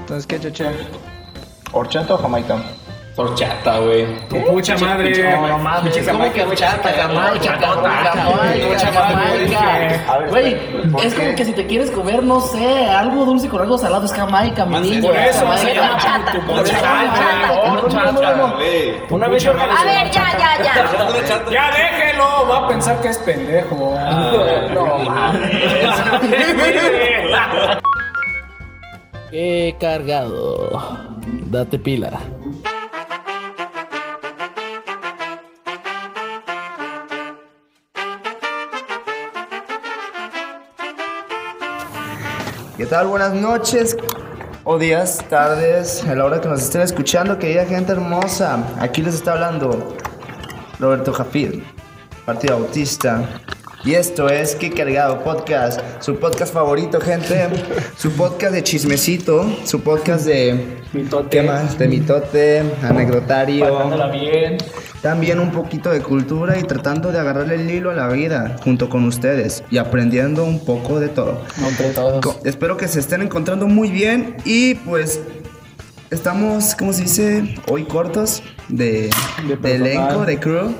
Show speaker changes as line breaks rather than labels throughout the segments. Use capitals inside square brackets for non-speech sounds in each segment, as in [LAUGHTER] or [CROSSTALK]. Entonces, ¿qué chochea?
¿Horchata o jamaica?
Horchata, güey.
Tu pucha madre.
No, no mames,
Pinche
¿cómo
jamaica,
que horchata, jamaica,
horchata,
jamaica,
horchata,
jamaica?
A ver,
Güey,
¿por
es
qué?
como que si te quieres comer, no sé, algo dulce con algo salado, es jamaica, mi
Por
niño.
Por eso
jamaica.
se llama tu
Por eso,
horchata.
horchata. No, no, no, no. Una vez yo
A ver, ya, ya, ya.
Ya déjelo, va a pensar que es pendejo.
Ah,
No mames. He cargado. Date pila.
¿Qué tal? Buenas noches. O días, tardes, a la hora que nos estén escuchando, querida gente hermosa. Aquí les está hablando Roberto Jafid, Partido Autista. Y esto es Qué Cargado Podcast, su podcast favorito, gente. su podcast de chismecito, su podcast de. Mitote. ¿Qué más? De mitote, anecdotario. También un poquito de cultura y tratando de agarrarle el hilo a la vida junto con ustedes y aprendiendo un poco de todo.
Entre todos.
Co- Espero que se estén encontrando muy bien y pues estamos, ¿cómo se dice? Hoy cortos de, de elenco, de crew,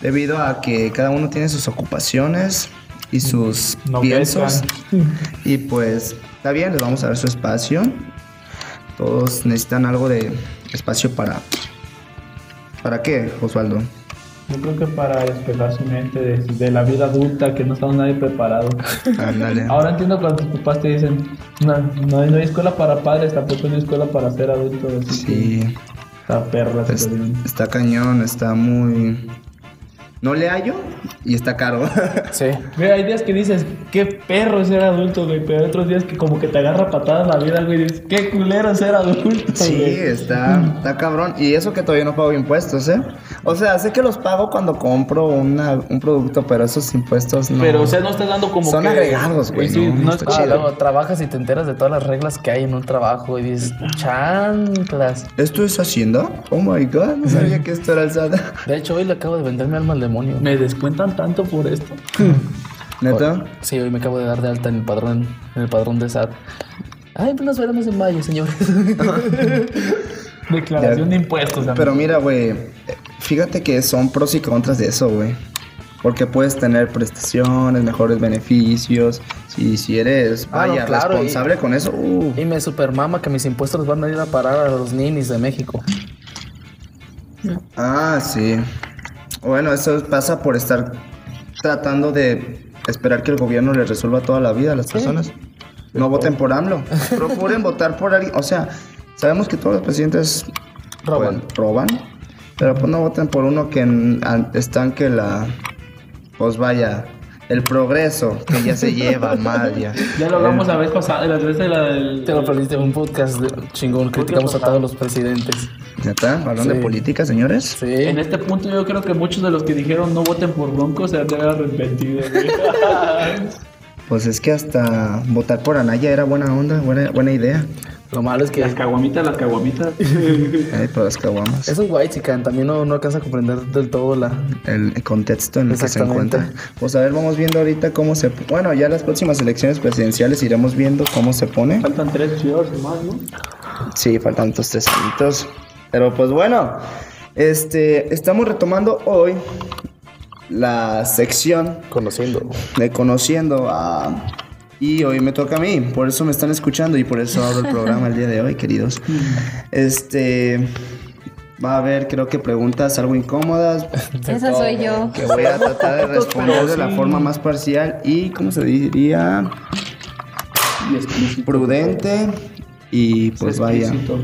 debido a que cada uno tiene sus ocupaciones y sus piensos. Y pues está bien, les vamos a dar su espacio. Todos necesitan algo de espacio para... ¿Para qué, Osvaldo?
Yo creo que para despejar su mente de, de la vida adulta, que no estamos nadie preparado.
Ándale.
Ahora entiendo cuando tus papás te dicen, no, no, hay- no hay escuela para padres, tampoco hay escuela para ser adulto. Así
Sí.
que está perra
Pues,
situación.
está cañón, está muy... No le hallo y está caro. [LAUGHS]
Sí.
Güey, hay días que dices, qué perro ser adulto, güey, pero hay otros días que como que te agarra patadas la vida, güey, y dices, qué culero ser adulto,
Sí,
güey".
está, está cabrón. Y eso que todavía no pago impuestos, ¿eh? O sea, sé que los pago cuando compro una- un producto, pero esos impuestos no.
Pero, o sea, no estás dando como
Son
que-
agregados, güey.
Sí,
no,
no
está
es-
chido.
Ah, luego trabajas y te enteras de todas las reglas que hay en un trabajo y dices, chanclas.
¿Esto es Hacienda? Oh my god, no sabía que esto era alzada.
[LAUGHS] De hecho, hoy le acabo de vender mi alma al demonio.
Me descuentan tanto por esto.
¿Neta?
Sí, hoy me acabo de dar de alta en el padrón, en el padrón de SAT. Ay, pues nos veremos en mayo, señores. [LAUGHS]
Declaración de impuestos, amigo.
Pero mira, güey, fíjate que son pros y contras de eso, güey. Porque puedes tener prestaciones, mejores beneficios. Si, si eres,
Ah, no,
vaya,
claro,
responsable con eso. uh.
y me supermama que mis impuestos van a ir a parar a los ninis de México.
Ah, sí. Bueno, eso pasa por estar tratando de esperar que el gobierno le resuelva toda la vida a las personas. No voten
[LAUGHS]
por AMLO. Procuren votar por alguien. O sea, sabemos que todos los presidentes
Roban.
pues, roban, pero pues no voten por uno que en- an- están que la. Pues vaya, el progreso que ya
[LAUGHS]
se lleva mal ya.
Ya lo hablamos la vez pasada, las veces de la del...
Te lo perdiste en un podcast de- chingón, criticamos a todos los presidentes.
¿Ya está? ¿Hablando de
Sí.
política, señores?
Sí.
En este punto yo creo que muchos de los que dijeron no voten por Bronco se han de haber arrepentido, güey.
Pues es que hasta votar por Anaya era buena onda, buena, buena idea.
Lo malo es que
Las caguamitas, las caguamitas.
Ay, por las caguamas.
esos white chican también no, no alcanza a comprender del todo la.
el contexto en el que se
Exactamente.
encuentra. Pues a ver, vamos viendo ahorita cómo se... Bueno, ya las próximas elecciones presidenciales iremos viendo cómo se pone.
Faltan tres chivas o más, ¿no?
Sí, faltan estos tres añitos. Pero pues bueno, este, estamos retomando hoy la sección
Conociendo.
de Conociendo a... Y hoy me toca a mí, por eso me están escuchando y por eso abro el programa el día de hoy,
[LAUGHS]
queridos. Este... Va a haber, creo que preguntas algo incómodas,
[LAUGHS] Esa soy yo.
que voy a tratar de responder de la forma más parcial y, ¿cómo se diría? Prudente y pues vaya.
Explícito.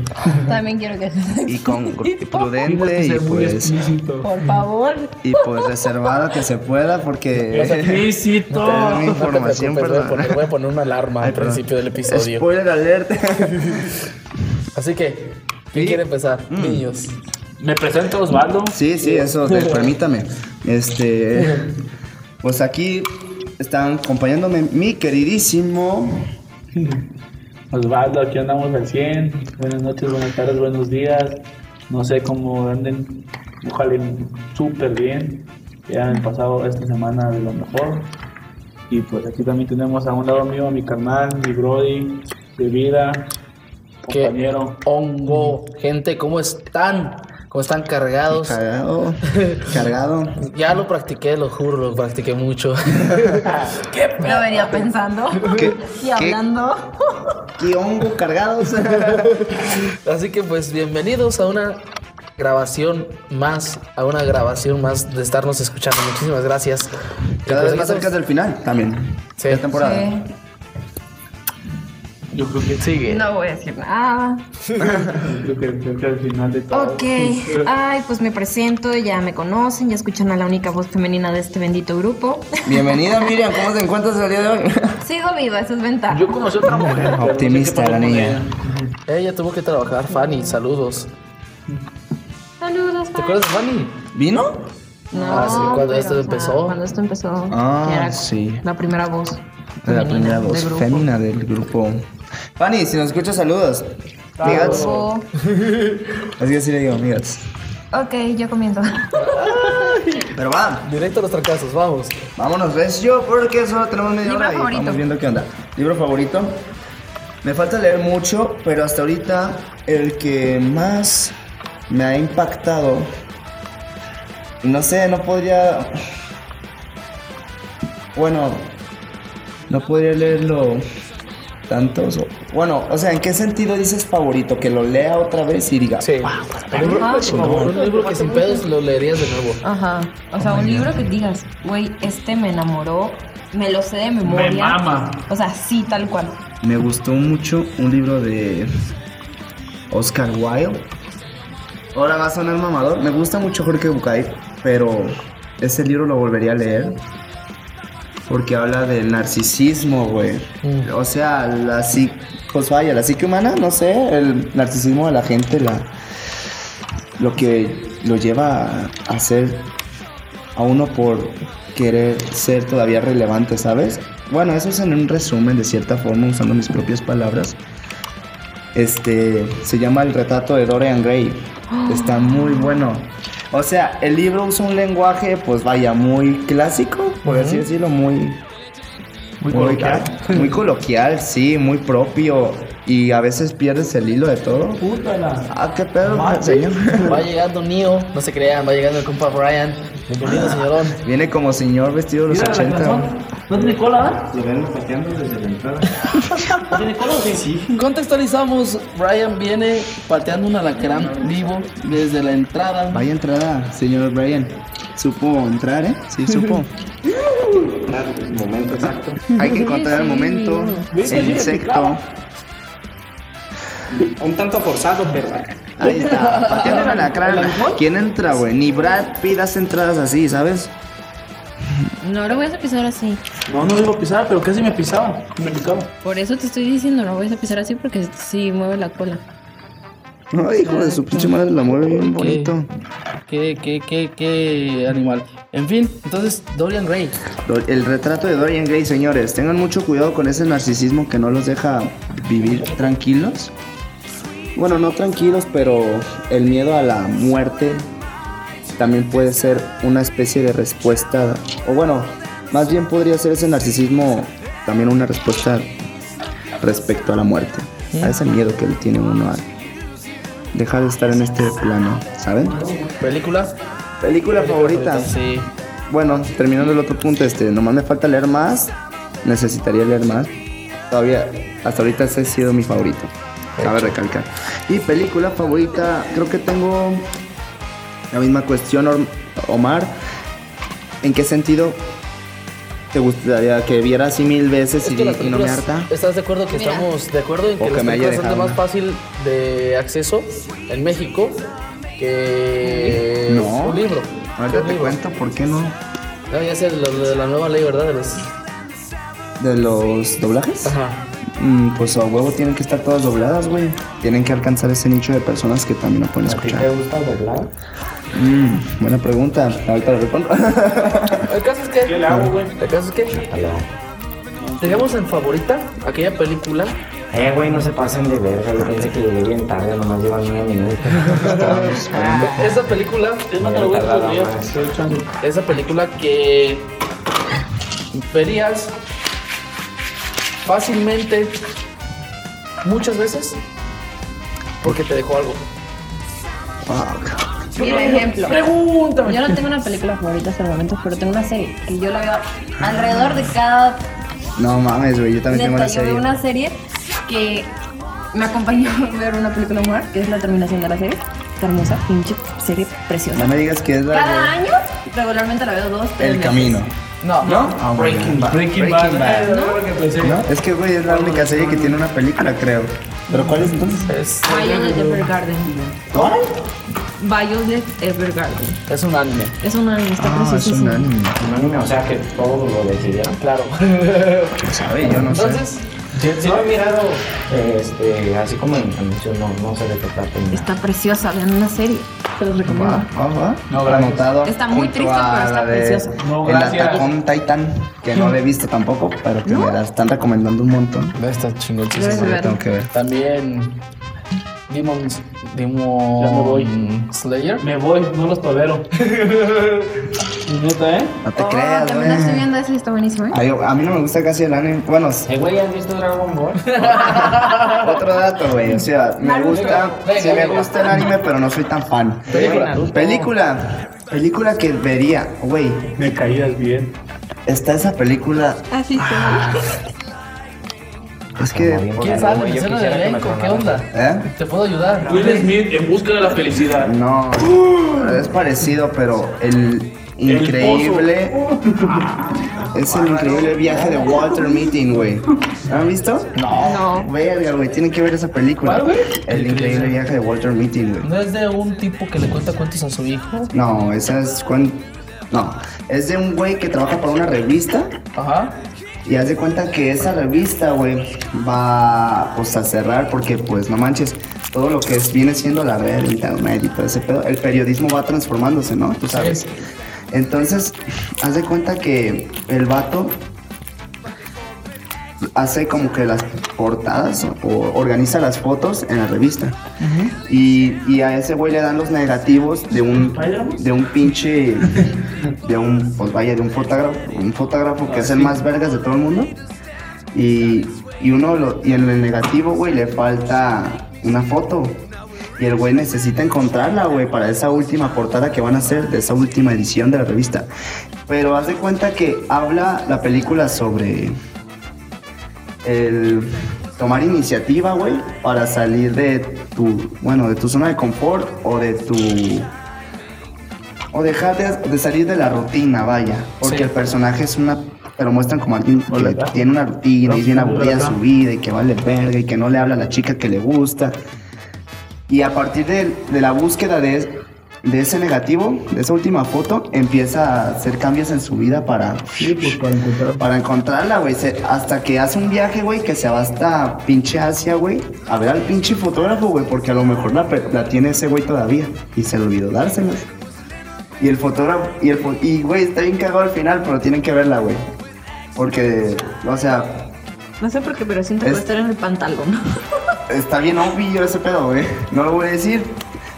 También quiero que
Y
[LAUGHS]
con y
Tienes que
prudente y
ser muy
pues,
explícito.
[LAUGHS] Por favor.
y pues reservada que se
[LAUGHS]
pueda [LAUGHS] porque
Explícito.
es mi
No te
información,
preocupes,
perdón.
güey, porque voy a poner una alarma
Ay,
al
perdón.
principio del episodio.
Spoiler alert.
[LAUGHS] Así que, ¿quién quiere empezar?
Mm.
Niños.
Me presento Osvaldo.
Sí, sí, eso, te- permítame. Este, pues aquí están acompañándome mi queridísimo
Osvaldo, aquí andamos al 100. Buenas noches, buenas tardes, buenos días. No sé cómo anden. Ojalá y súper bien. Ya han pasado esta semana de lo mejor. Y pues aquí también tenemos a un lado mío a mi carnal, mi Brody, de vida.
Qué
compañero.
hongo. Gente, ¿cómo están? ¿Cómo están cargados?
Cargado. Cargado.
Ya lo practiqué, lo juro, lo practiqué mucho. [LAUGHS]
Lo venía pensando
¿Qué?
y hablando.
¿Qué hongo cargados?
Así que pues bienvenidos a una grabación más, a una grabación más de estarnos escuchando. Muchísimas gracias.
[LAUGHS] Cada
Y, pues,
vez más
aquí
cerca del final también.
Sí.
De temporada.
Yo creo que
estamos- Sigue.
Eh, No voy a decir nada. Ah,
Yo creo que, creo que al final de todo.
Ok, ay, pues me presento, ya me conocen, ya escuchan a la única voz femenina de este bendito grupo. [LAUGHS]
Bienvenida Miriam, ¿cómo te encuentras el día de hoy?
Sigo viva, eso es ventaja.
Yo conocí a otra mujer. pero no sé
[LAUGHS]
qué
Optimista
pasó
la
con
niña.
ella.
Ella tuvo que trabajar, Fanny, saludos.
Saludos.
¿Te acuerdas de Fanny?
¿Vino?
No,
Ah, sí, cuando
pero,
esto
o sea,
empezó.
Cuando esto empezó.
Ah,
que era
sí.
La primera voz.
La
femenina
primera voz
del grupo.
femenina del grupo. Fanny, si nos escuchas, saludos. Migats.
Grupo.
Así que así le digo, migats.
Ok, yo comienzo.
Pero va,
Directo a los trancazos, vamos.
vámonos, ves yo, porque solo tenemos media
Libro
hora y
favorito.
vamos viendo qué onda. Libro favorito. Me falta leer mucho, pero hasta ahorita el que más me ha impactado. No sé, no podría. Bueno, no podría leerlo tantos. o- Bueno, o sea, ¿en qué sentido dices favorito? Que lo lea otra vez y diga.
Sí. Un
[LAUGHS]
libro, un libro que sin pedos lo leerías de nuevo.
Ajá. O sea, un libro que digas, güey, este me enamoró, me lo sé de memoria.
Me mama.
O sea, sí, tal cual.
Me gustó mucho un libro de Oscar Wilde. Ahora va a sonar mamador. Me gusta mucho Jorge Bucay, pero ese libro lo volvería a leer. Porque habla del narcisismo, güey.
Mm.
O sea, la psi- pues vaya, la psique humana, no sé, el narcisismo de la gente, la, lo que lo lleva a a ser a uno por querer ser todavía relevante, ¿sabes? Bueno, eso es en un resumen de cierta forma, usando mis propias palabras. Este se llama El retrato de Dorian
[GASPS]
Gray. Está muy bueno. O sea, el libro usa un lenguaje, pues vaya, muy clásico, por así decirlo, muy
Muy coloquial.
muy coloquial, sí, muy propio y a veces pierdes el hilo de todo.
Pútala.
Ah, qué pedo, [LAUGHS] señor.
Va llegando Neo, no se crean, va llegando el compa Brian.
Ah.
Bienvenido, señorón.
Viene como señor vestido de los
Mira la
80.
canción. ¿No tiene cola?
Lo ven pateando desde la entrada.
eh? ¿No tiene cola o sí?
Contextualizamos, Brian viene pateando un alacrán vivo desde la entrada.
Vaya entrada, señor Brian. Supo entrar, ¿eh? Sí, supo. [LAUGHS] momento exacto. Hay que encontrar el momento, el insecto.
Un tanto forzado, pero.
Ahí está, pateando el alacrán. ¿Quién entra, güey? Ni Brad pidas entradas así, ¿sabes?
No lo voy a pisar así.
No, no debo pisar, pero casi me pisaba. Me picaba.
Por eso te estoy diciendo, no voy a pisar así porque sí mueve la cola.
Ay, hijo de su pinche madre, la mueve bien bonito.
Qué, qué, qué, qué animal. En fin, entonces Dorian Gray.
Do- El retrato de Dorian Gray, señores, tengan mucho cuidado con ese narcisismo que no los deja vivir tranquilos. Bueno, no tranquilos, pero el miedo a la muerte también puede ser una especie de respuesta, o bueno, más bien podría ser ese narcisismo también una respuesta respecto a la muerte, a ese miedo que le tiene uno a dejar de estar en este plano, ¿saben?
Película.
Película favorita.
Sí.
Bueno, terminando el otro punto, este, nomás me falta leer más. Necesitaría leer más. Todavía, hasta ahorita ese ha sido mi favorito. Cabe recalcar. Y película favorita, creo que tengo la misma cuestión, Or- Omar. ¿En qué sentido te gustaría que viera así mil veces
Es
y,
que las
y no me
películas-
harta?
¿Estás de acuerdo que
Mira.
estamos de acuerdo en que
O que
las
me haya
películas son de
dejado.
más fácil de acceso en México que
Mm. No.
un libro? Que
Ahorita
un
te
libro.
cuento por qué no.
No, ya sé lo, lo de la nueva ley, ¿verdad? De los...
¿De los doblajes?
Ajá.
Mm, pues a huevo tienen que estar todas dobladas, güey. Tienen que alcanzar ese nicho de personas que también lo pueden escuchar.
¿Te gusta doblar?
Mm, buena pregunta. Ahorita lo respondo.
El caso es que.
¿Qué le hago, güey?
El caso es que. Dejamos en favorita aquella película.
Eh, güey, no se pasen de verga. Yo pensé que llegué bien tarde, nomás llevan nueve minutos.
Ah, Esa película.
Es más, te lo voy a
Tardaba
esconder.
más.
Estoy echando.
Esa película que. Verías. Fácilmente. Muchas veces. porque te dejó algo.
Mira, ejemplo.
Pregúntame.
Yo no tengo una película favorita hasta el momento, pero tengo una serie que yo la veo alrededor de cada
No mames, güey, yo también tengo
Neta,
una
yo veo
serie.
una serie que me acompañó a ver una película de humor, que es la terminación de la serie. Está hermosa, pinche serie
No
preciosa.
me digas que es la
Cada
de
año regularmente la veo dos, tres
El
veces.
Camino.
No, no.
Ah, bueno.
Breaking Bad. eh,
¿No? Porque pensé,
¿No? Es que, güey, es la única serie que tiene una película, creo.
¿Pero cuál es entonces?
Es,
Violet Evergarden.
¿Cuál?
Violet Evergarden.
es un anime.
Es una está
Ah, es un
preciosísima.
anime.
Un anime, o sea que todos lo decidieron.
Claro.
¿Sabe? pues, Yo no sé.
Entonces,
Si no he mirado, este, así como en anuncios, no, no sé de qué trata. ni nada.
Está preciosa, vean una serie. Se los recomiendo.
Va, va, va.
No, gracias.
Anotado
Está muy
junto
triste,
a
pero está
la de
precioso.
No,
el
gracias.
Atacón Titan, que
[LAUGHS]
no la he visto tampoco, pero que me la están recomendando un montón.
está chingón.
Debes de
Yo tengo
verlo.
que ver.
También Demons,
Ya me voy.
Demon Slayer.
me voy, no los [LAUGHS] tolero. Neta, ¿eh?
No te
Oh,
creas,
también la estoy
güey.
viendo, esa y está buenísima. ¿eh?
Ay, A mí no me gusta casi el anime. Bueno,
Eh, güey, ¿has visto Dragon Ball?
[LAUGHS] Otro dato, güey. O sea, me gusta.
Venga,
sí, me
venga.
gusta el anime, pero no soy tan fan.
Película.
Película. Película que vería, güey.
Me caías bien.
Está esa película.
Así Ah,
Ah.
está.
Es que.
Bien,
¿Quién
claro,
sabe?
güey,
¿Me
yo
suena de
quisiera que me
elenco? ¿Qué
tronaran.
onda?
¿Eh?
¿Te puedo ayudar?
Will Smith en busca de la felicidad.
No. Es parecido, pero el increíble. Es el increíble viaje de Walter Meeting, güey. ¿Han visto?
No.
Verga, güey. Tienen que ver esa película.
¿Cuál, güey?
El increíble viaje de Walter Meeting, güey.
¿No es de un tipo que le cuenta cuentos a su hijo?
No, esa es. cuan- No. Es de un güey que trabaja para una revista
Ajá.
Y haz de cuenta que esa revista, güey, va pues, a cerrar porque, pues, no manches, todo lo que es- viene siendo la red, el internet y todo ese pedo, el periodismo va transformándose, ¿no? Tú sabes. Entonces, haz de cuenta que el vato hace como que las portadas o organiza las fotos en la revista. y, y a ese güey le dan los negativos de un, de un pinche, de un, pues vaya, de un fotógrafo, un fotógrafo que es el más vergas de todo el mundo. Y, y uno, lo- y en el negativo, güey, le falta una foto. Y el güey necesita encontrarla, güey, para esa última portada que van a hacer de esa última edición de la revista. Pero haz de cuenta que habla la película sobre el tomar iniciativa, güey, para salir de tu, bueno, de tu zona de confort o de tu o dejar de, de salir de la rutina, vaya, porque
Sí.
el personaje es una te lo muestran como alguien
Hola,
que
¿verdad?
tiene una rutina y es bien aburrida en
¿verdad?
su vida y que vale verga y que no le habla a la chica que le gusta. Y a partir de, de la búsqueda de, es- de ese negativo, de esa última foto, empieza a hacer cambios en su vida para,
pues,
para encontrarla, güey. Se- Hasta que hace un viaje, güey, que se va hasta pinche Asia, güey, a ver al pinche fotógrafo, güey, porque a lo mejor la, pe- la tiene ese güey todavía y se le olvidó dárselas. Y el fotógrafo, y el fo- y güey, está bien cagado al final, pero tienen que verla, güey. Porque, o sea,
No sé por qué, pero siento que
Es-
voy a estar en el pantalón.
está bien obvio ese pedo, güey. No lo voy a decir,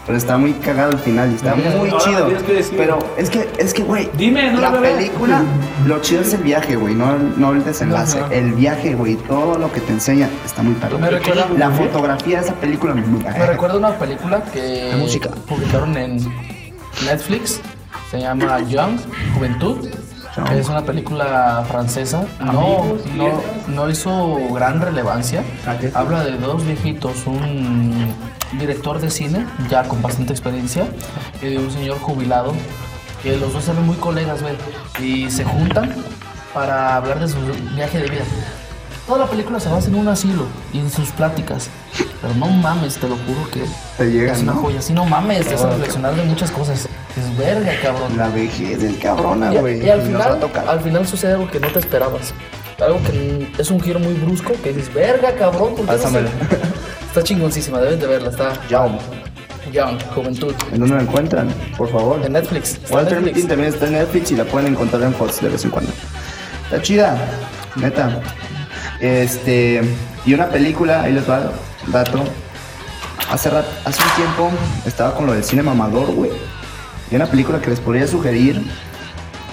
pero está muy cagado al final y está muy
no lo
chido.
tienes que decir.
Pero es que, es que, güey,
Dime, no
la
lo veo.
película, lo chido es el viaje, güey, no, no el desenlace.
Ajá.
El viaje, güey, todo lo que te enseña está muy padre.
Me recuerda-
La fotografía de esa película me
Me recuerda una película que
La música.
publicaron en Netflix. Se llama Young, Juventud.
Young.
Es una película francesa. No,
Amigos,
no,
fiestas.
no hizo gran relevancia.
¿A qué?
Habla de dos viejitos, un director de cine, ya con bastante experiencia, y de un señor jubilado, que los dos se ven muy colegas, güey, y se juntan para hablar de su viaje de vida. Toda la película se basa en un asilo y en sus pláticas. Pero no mames, te lo juro que
Te
es
llegan,
una
¿no?
joya. Si no mames, te hace reflexionar de muchas cosas. Es verga, cabrón.
La vejez del cabrona,
Y, a-
güey.
y al,
nos va a
final,
tocar.
al final sucede algo que no te esperabas. Algo que n- es un giro muy brusco que dices, verga, cabrón. ¿por qué no se-"
Pásamela.
[LAUGHS] Está chingoncísima, debes de verla. Está
Jaume.
Young, Juventud.
¿En dónde la encuentran? Por favor.
En Netflix. Está en
Walter
Netflix.
Meeting también está en Netflix y la pueden encontrar en Fox de vez en cuando. Está chida, neta. Este, y una película, ahí les va, dato. Hace, rat- hace un tiempo estaba con lo del cine mamador, güey. Y una película que les podría sugerir,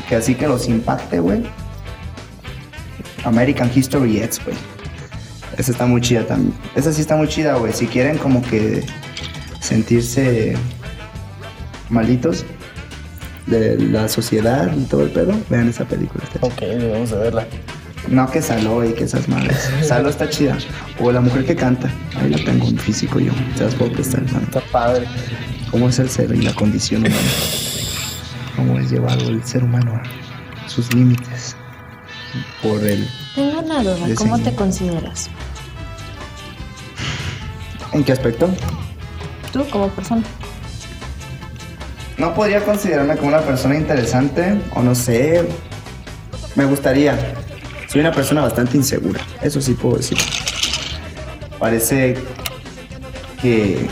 que así que los impacte, güey. American History X, güey. Esa está muy chida también. Esa sí está muy chida, güey. Si quieren como que sentirse malitos de la sociedad y todo el pedo, vean esa película. está chida.
Ok, vamos a verla.
No que Saló y que
[LAUGHS]
esas madres. Saló está chida. O la mujer que canta. Ahí la tengo en físico yo. Te las puedo prestar, hermano.
Está padre.
¿Cómo es el ser y la condición humana? ¿Cómo es llevado el ser humano a sus límites? Por el.
[LAUGHS] Tengo una duda,
De
¿cómo
señor.
te consideras?
¿En qué aspecto?
Tú como persona.
No podría considerarme como una persona interesante o no sé. Me gustaría. Soy una persona bastante insegura, eso sí puedo decir. Parece que,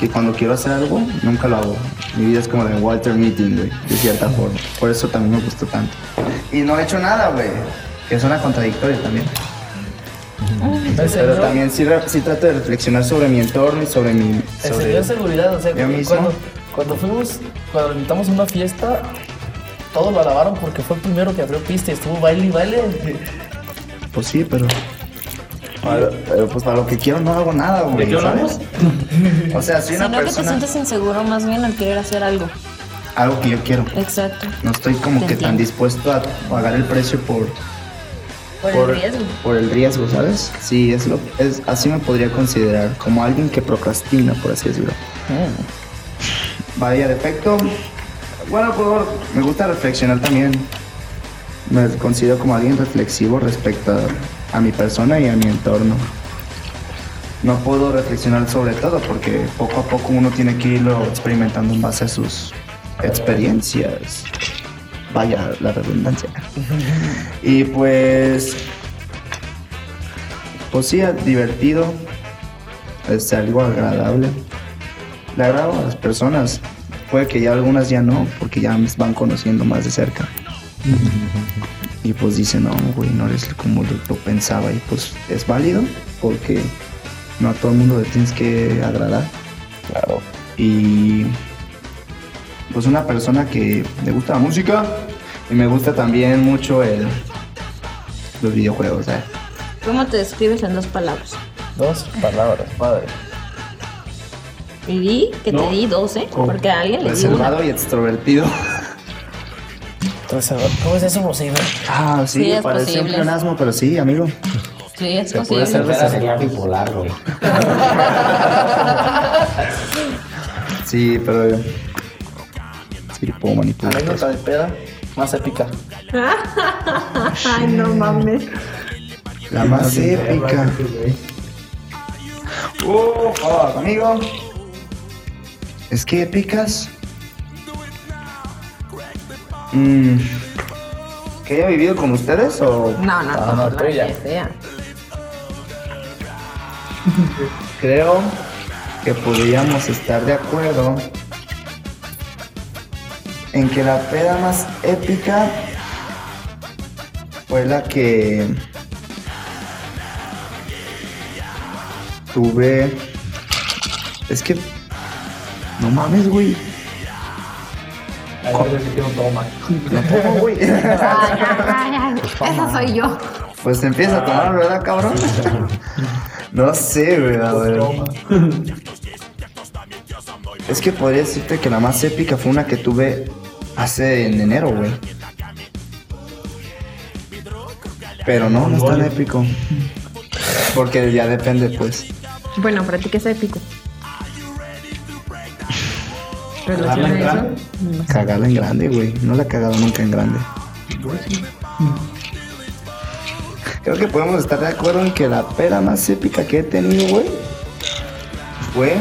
que cuando quiero hacer algo, nunca lo hago. Mi vida es como de Walter Meeting, güey, de cierta forma. Por eso también me gustó tanto. Y no he hecho nada, güey, que suena contradictorio también.
El
Pero
señor,
también sí, re- sí trato de reflexionar sobre mi entorno y sobre mi...
el
sobre-
señor seguridad, o sea,
yo mismo.
cuando, cuando fuimos, cuando lo invitamos a una fiesta, todos lo alabaron porque fue el primero que abrió pista y estuvo baile [LAUGHS] y baile.
Pues sí, pero. Para- pero pues para lo que quiero no hago nada, güey. ¿sabes? O sea, soy una
Sino que te
persona.
sientes inseguro más bien al querer hacer algo.
Algo que yo quiero.
Exacto.
No estoy como
Te
que tan
entiendo.
dispuesto a pagar el precio por.
Por, el riesgo.
por el riesgo, ¿sabes? Sí, es lo. Es, así me podría considerar. Como alguien que procrastina, por así decirlo. Vaya defecto. Bueno, por me gusta reflexionar también. Me considero como alguien reflexivo respecto a, a mi persona y a mi entorno. No puedo reflexionar sobre todo porque poco a poco uno tiene que irlo experimentando en base a sus experiencias. Vaya la redundancia. Y pues, pues sí, divertido, es algo agradable le agrado a las personas. Puede que ya algunas ya no, porque ya me van conociendo más de cerca. Y pues dicen, no, güey, no eres como yo lo pensaba. Y pues es válido, porque no a todo el mundo le tienes que agradar.
Claro.
Y pues una persona que le gusta la música y me gusta también mucho el, los videojuegos. ¿eh?
¿Cómo te describes en dos palabras?
Dos palabras, padre.
Y di que te di dos, ¿eh? Porque a alguien le di una.
Reservado y extrovertido.
Entonces, ¿cómo es eso posible?
Ah, sí,
Sí, es
parece un
posible.
pleonasmo, pero sí, amigo.
Sí, es
Se
posible.
puede hacer esa sería bipolar, güey.
Sí, pero. eh, Sí, puedo manipular.
Anécdota de peda más épica.
Ay, no mames.
La más épica. Uh, fuck, amigo. Es que épicas. Mm, ¿Que haya vivido con ustedes o.?
No, no,
Ah, no, tuya.
Creo que podríamos estar de acuerdo en que la peda más épica fue la que tuve. Es que. No mames, güey.
Ahí sí que no toma.
No tomo, güey.
[LAUGHS]
Esa soy yo.
Pues te empieza a tomar, ¿verdad, cabrón? No sé, güey, a ver. Es que podría decirte que la más épica fue una que tuve hace en enero, güey. Pero no, no es tan épico. Porque ya depende, pues.
Bueno, para ti que es épico.
Darle en plan.
Cagarla en grande, güey. No la he cagado nunca en grande. Creo que podemos estar de acuerdo en que la pera más épica que he tenido, güey, fue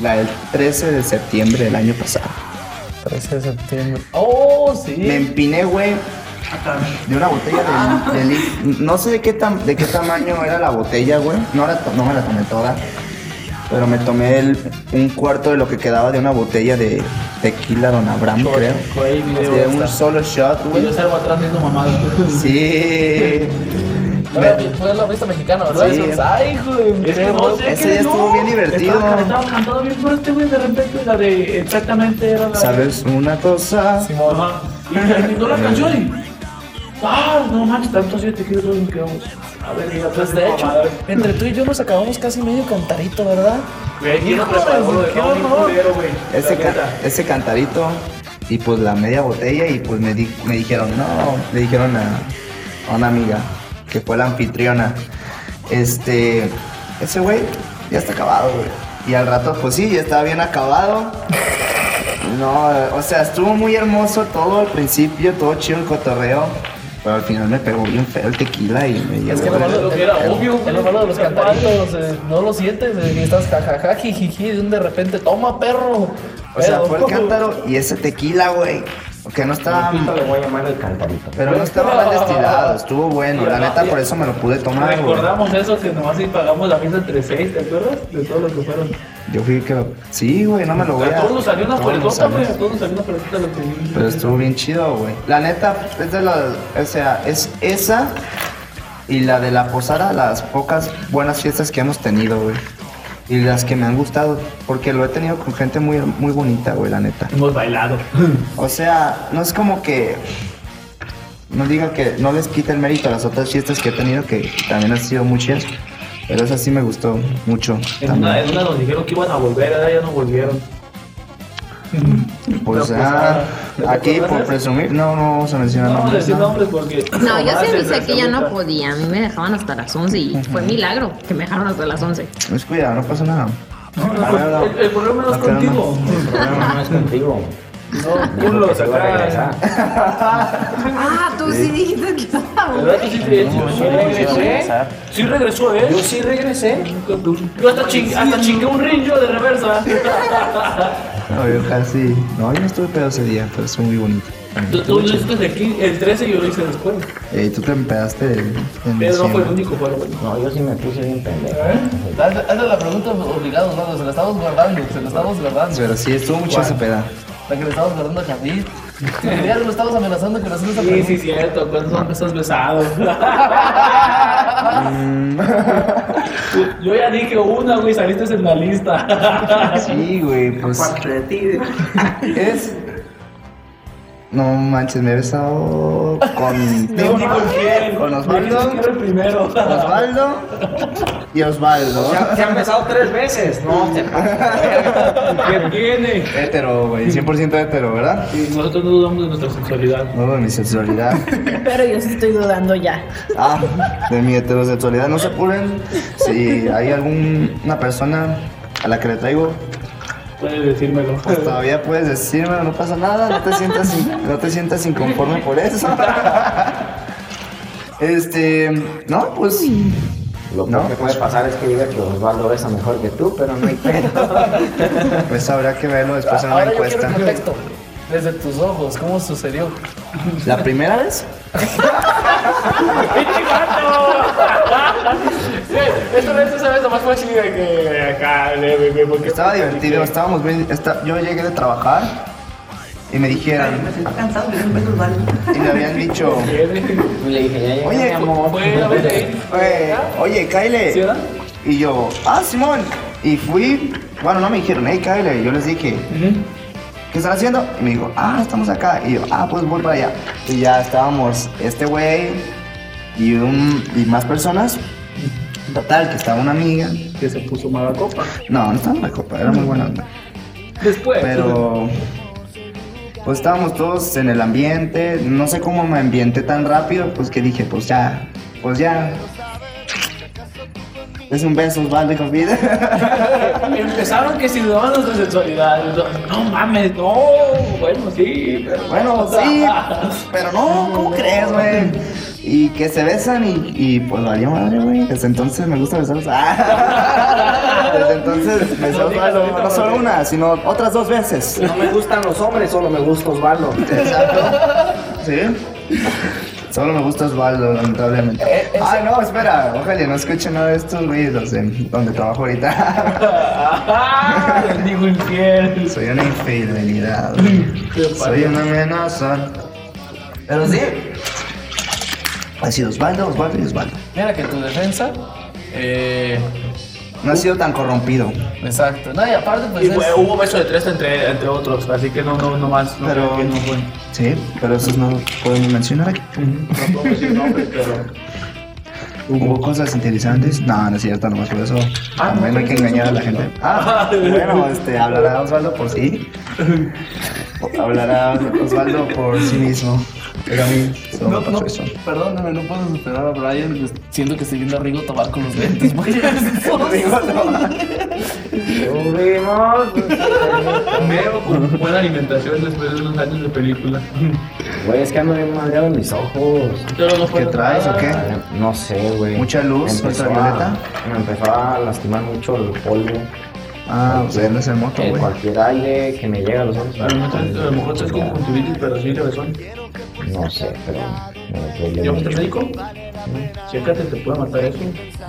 la del 13 de septiembre del año pasado.
13 de septiembre. Oh, sí.
Me empiné, güey, de una botella de, de li- No sé de qué, tam- de qué tamaño era la botella, güey. No, la to- no me la tomé toda. Pero me tomé el- un cuarto de lo que quedaba de una botella de tequila Don Abraham, creo.
Güey, video
Sí,
esta.
un solo shot,
Y
güey.
yo salgo atrás viendo mamadas.
Sí.
Fue la- Fue la fiesta mexicana, ¿verdad?
Sí.
Eso. Ay, güey.
Es que no sé
Ese
qué
día estuvo
no.
bien divertido.
Estaba, estaba cantando bien fuerte, güey, de repente la de exactamente era la
¿Sabes una cosa?
de... Ajá. Y terminó la canción y... ¡Ah! No manches, tanto así te quiero todos me quedamos. A ver, diga,
Pues de hecho, entre tú y yo nos acabamos casi medio cantarito, ¿verdad?
Güey, ¿quién lo preparó?
Híjole,
Lo
qué
dejamos bien
horror.
culero, güey.
Ese,
La
ca-
neta.
ese cantarito y pues la media botella y pues me, di- me dijeron, no, le dijeron a, a una amiga que fue la anfitriona, este, ese güey ya está acabado, güey. Y al rato, pues sí, ya estaba bien acabado. [LAUGHS] No, o sea, estuvo muy hermoso todo al principio, todo chido el cotorreo. Pero al final me pegó bien feo el tequila y me llevó
Es que lo
de-
malo,
que era obvio,
es lo malo de los cantaritos, eh, no lo sientes, eh, y estás jajaja, jijiji, y de repente, toma perro.
O sea,
Pero-
fue el cántaro y ese tequila, güey. Que no estaba...
Pito le voy a llamar el cantarito.
Pero no estaba mal destilado, estuvo bueno, la neta por eso me lo pude tomar, güey.
Recordamos eso que nomás si pagamos la mesa entre seis, ¿te acuerdas? De todos los que fueron.
Yo fui que... Sí, güey, no me lo voy
A
a...
todos nos salió una
todos nos
pelota, güey.
salió-
A todos nos salió una pelota lo que
Pero estuvo bien chido, güey. La neta, es de la... O sea, es esa y la de la posada, las pocas buenas fiestas que hemos tenido, güey. Y las que me han gustado, porque lo he tenido con gente muy, muy bonita, güey, la neta.
Hemos bailado.
O sea, no es como que. No diga que no les quita el mérito a las otras fiestas que he tenido, que también han sido muy chidas. Pero esa sí me gustó mucho.
En una,
También.
en una nos dijeron que iban a volver, ¿verdad? ya no volvieron.
Pues
una
ah,
posada.
aquí por presumir, no, no vamos a mencionar
No, vamos a
nombres.
decir nombres porque.
No, yo sí
se
avisé que ya no podía. A mí me dejaban hasta las 11 y fue milagro que me dejaron hasta las 11.
Pues cuidado, no pasa nada.
no,
A ver, no.
el, el problema no es
No, pero no.
contigo.
No, no es contigo.
No, tú lo
Te voy a regresar.
sacas.
Ah, tú sí dijiste que estaba
¿Verdad que sí te- sí regresé? Sí regresó, ¿eh? Yo sí regresé. Yo hasta, ching- hasta chingué un rillo de reversa.
No, yo casi. No, yo no estuve pedo ese día, pero estuvo muy bonito.
Tú- Tú lo hiciste desde aquí el 13 y yo lo hice después.
Eh, tú te empedaste en
Pero no fue el
diciembre.
único, fue el único.
No, yo sí me puse bien pendejo.
Hazle hazle la pregunta obligado, ¿no? Se la estamos guardando, se la estamos guardando.
Pero sí, estuvo mucho esa peda.
La que le estamos guardando a Javid. [LAUGHS] Ya lo estamos amenazando que nos hace esa
Sí,
pregunta.
sí, cierto. pues, ¿Cuántos estás besado? [LAUGHS] Ah. Yo ya dije una, güey, saliste en la lista. [LAUGHS]
Sí, güey, pues. Es. No manches, me he besado con.
No, ni con quién.
Con
Yo
Osvaldo.
quiero el primero.
Pues, Osvaldo. Y Osvaldo.
Se han besado tres veces. No, te
¿Qué tiene?
Hétero, güey. 100% hétero, ¿verdad?
Sí, Nosotros no dudamos de nuestra sexualidad.
No de mi sexualidad.
Pero yo sí estoy dudando ya.
Ah, de mi heterosexualidad. No se apuren. Si hay alguna persona a la que le traigo,
Puedes decírmelo.
pues todavía puedes decirme, no pasa nada, no te sientas, in- no te sientas inconforme por eso. [LAUGHS] Este, no, pues
Lo
No,
peor que puede pasar es que diga que Osvaldo besa mejor que tú, pero no hay pedo.
Pues habrá que verlo después en una
Ahora yo quiero
encuesta.
el contexto. Desde tus ojos, ¿cómo sucedió?
¿La primera
[LAUGHS]
vez?
Esta vez, esa vez, nomás fue así de que acá, leve, porque
Estaba divertido, estábamos bien. está- yo llegué de trabajar y me dijeron. Y me habían dicho,
[LAUGHS] Y le dije, ya llegué,
Oye,
mi amor.
Bueno, a ver, ahí.
"Eh, oye,
¿Sí,
Kyle.
verdad?
Y yo, ah, Simón. Y fui. Bueno, no me dijeron, hey, Kyle. Yo les dije, ¿qué están haciendo? Y me dijo, ah, estamos acá. Y yo, ah, pues voy para allá. Y ya estábamos este güey y, un- y más personas. Total, que estaba una amiga.
Que se puso mala copa.
No, no estaba en la copa, era muy buena onda.
Después.
Pero pues estábamos todos en el ambiente, no sé cómo me ambienté tan rápido, pues que dije, pues ya, pues ya. Es un beso, vale, con vida. [LAUGHS]
Empezaron que si dudaban nuestra sexualidad. y yo, No mames, no. Bueno, sí. Pero
bueno, sí, pero no, ¿cómo crees, güey? Y que se besan y, y, pues valió madre, güey. Desde entonces me gusta besarlos. [LAUGHS] Ah. Desde entonces me
No digas ahorita,
no solo
porque-
una, sino otras dos veces.
No me gustan los hombres, solo me gusta Osvaldo.
Exacto. ¿Sí? Solo me gusta Osvaldo, lamentablemente. Ay, no, espera. Ojalá no escuche nada de estos güeyes los de- donde trabajo ahorita.
Ah, bendigo infiel.
Soy una infidelidad. güey. Soy una amenaza. Pero sí. Ha sido Osvaldo, Osvaldo y Osvaldo.
Mira que tu defensa. Eh,
No ha sido tan corrompido.
exacto. No, y aparte, pues.
Y
es-
fue- hubo beso de tres entre, entre otros, así que no, no, no más. No
Pero-
creo que no fue.
Sí, pero esos no los podemos mencionar aquí.
No puedo decir nombres, pero.
Hubo cosas interesantes. No, no es cierto, nomás por eso. También hay que engañar a la gente. Ah, bueno, este, hablará Osvaldo por sí. O- Hablará Osvaldo por sí mismo. Pero a mí solo
No,
me
no,
pasó eso.
perdóname, no puedo superar a Brian. pues, Siento que estoy viendo a Rigo Tobar con los lentes. güey. [LAUGHS]
Meo con buena alimentación después de unos años de película.
Güey, es que ando bien madreado en mis ojos.
Pero no
¿Qué
puedo
traes o qué?
No sé, güey.
¿Mucha luz?
Me empezó
¿Ultravioleta?
a- Me empezó a lastimar mucho el polvo.
Ah, pues él es el moto,
que
güey.
cualquier aire que me llega a los ojos.
A lo mejor, a lo mejor estás con conjuntivitis, pero sí cabezón.
No sé, pero. me duele
¿Yo
mucho.
al médico? mm, Chécate, te puede matar eso.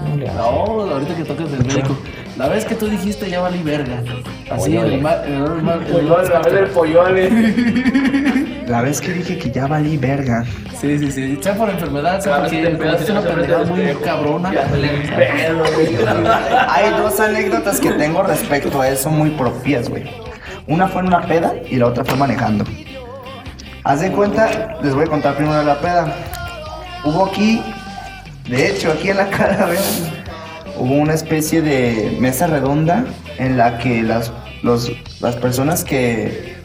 No, le hace.
No, Oh, ahorita que tocas del médico. La vez que tú dijiste ya valí verga. Así,
Oye,
el mar. El mar. El
Pollo, la vez del pollo,
La vez que dije que ya valí verga.
Sí, sí, sí. Sea por enfermedad, sea
Cada vez
porque
te pegas
es
y
una
te metes
pendejada
al
muy
espejo.
cabrona. [LAUGHS]
[LAUGHS] Hay dos anécdotas que tengo respecto a eso muy propias, güey. Una fue en una peda y la otra fue manejando. Haz de cuenta, les voy a contar primero la peda. Hubo aquí, de hecho, aquí en la cara, [LAUGHS] ¿ves? Hubo una especie de mesa redonda en la que las, los- las personas que,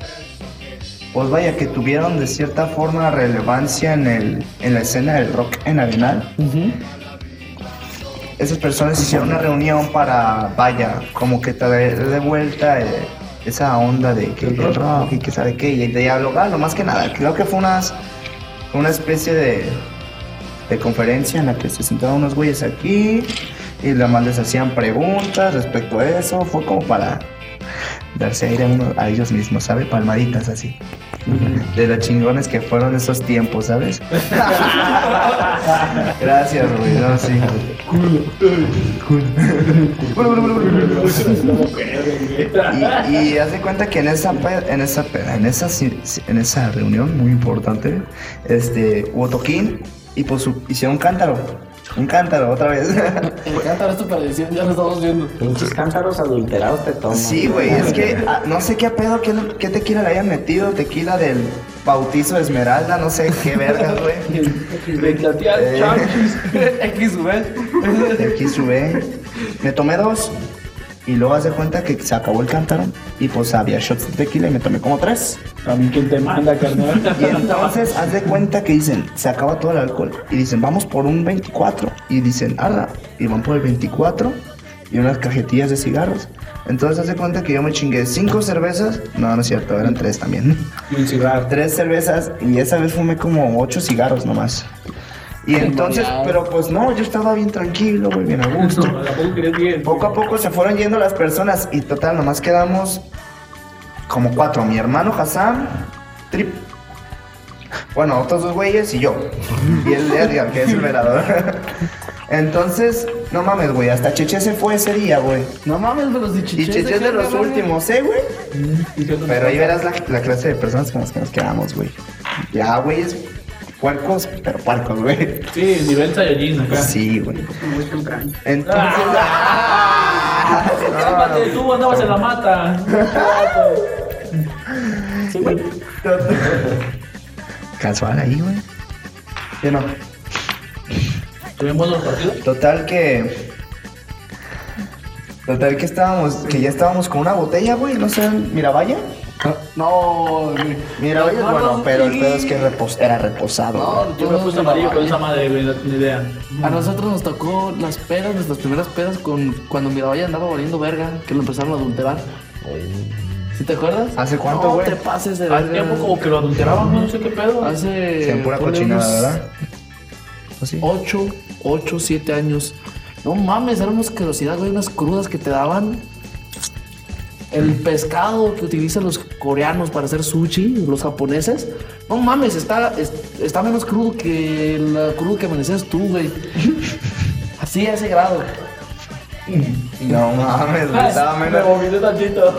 pues vaya, que tuvieron de cierta forma relevancia en, el, en la escena del rock en Arenal, esas personas hicieron una reunión para, vaya, como que traer de vuelta eh, esa onda de que el rock y que sabe qué, y de dialogarlo, más que nada. Creo que fue unas, una especie de, de conferencia en la que se sentaron unos güeyes aquí y nada más les hacían preguntas respecto a eso. Fue como para darse aire a, uno- a ellos mismos, ¿sabe? Palmaditas así. De los chingones que fueron esos tiempos, ¿sabes? [LAUGHS] Gracias, güey. No, sí. Y, y haz de cuenta que en esa pe- en esa pe- en esa si- si- en esa reunión muy importante, este hubo toquín y pues su- hicieron un cántaro. Un cántaro otra vez. [LAUGHS]
El cántaro es tu perdición, ya lo estamos viendo.
Pinches cántaros adulterados te toman.
Sí, güey, es que ah, no sé qué a pedo, qué, qué tequila le hayan metido, tequila del bautizo de Esmeralda, no sé qué verga, güey. Eh,
[LAUGHS] X, güey.
de aquí sube. Me tomé dos. Y luego hace cuenta que se acabó el cántaro. Y pues había shots de tequila y me tomé como tres.
También quien te manda, carnal.
[LAUGHS] Y entonces haz de cuenta que dicen, se acaba todo el alcohol. Y dicen, vamos por un 24. Y dicen, arra. Y van por el 24. Y unas cajetillas de cigarros. Entonces hace cuenta que yo me chingué cinco cervezas. No, no es cierto, eran tres también.
Y un cigarro.
Tres cervezas. Y esa vez fumé como ocho cigarros nomás. Y entonces, pero pues no, yo estaba bien tranquilo, güey, bien a gusto.
Tampoco querías [LAUGHS] 10.
Poco a poco se fueron yendo las personas y total, nomás quedamos como cuatro. Mi hermano Hassan, Trip. Bueno, otros dos güeyes y yo. Y el de Adrián, que es el velador. [LAUGHS] Entonces, no mames, güey, hasta Cheche se fue ese día, güey.
No mames, pero si
Y
chiches.
Cheche es de los últimos, ¿eh, güey? Pero ahí verás la, la clase de personas con las que nos quedamos, güey. Ya, güey, es puercos, pero puercos, güey.
Sí, nivel Saiyajin acá.
Sí, güey. Entonces... [LAUGHS]
Cálmate, tú andabas en la mata.
Casual ahí, güey. Yo no.
¿Tuvieron buenos partidos?
Total que. Total que estábamos. Que ya estábamos con una botella, güey. No sé, Miravalle.
No, güey.
Ah. Miravalle es bueno, pero el pedo es que repos- era reposado. güey.
No,
Yo me puse amarillo con
Miravalle.
esa madre, güey, no tenía idea.
A nosotros nos tocó las pedas, nuestras primeras pedas con cuando Miravalle andaba valiendo verga, que lo empezaron a adulterar. ¿Sí te acuerdas?
¿Hace cuánto,
No
güey?
te pases de
Al
verga.
tiempo como que lo adulteraban, no sé qué pedo.
Hace
Se en pura
ponle
cochinada,
unos
¿verdad? Pues sí.
Ocho, ocho, siete años. No mames, era una asquerosidad, güey, unas crudas que te daban. El pescado que utilizan los coreanos para hacer sushi, los japoneses. No mames, está, es- está menos crudo que el crudo que amaneces tú, güey. Así, a ese grado.
No mames, güey. Estaba
Me [LAUGHS]
menos.
vomité tantito.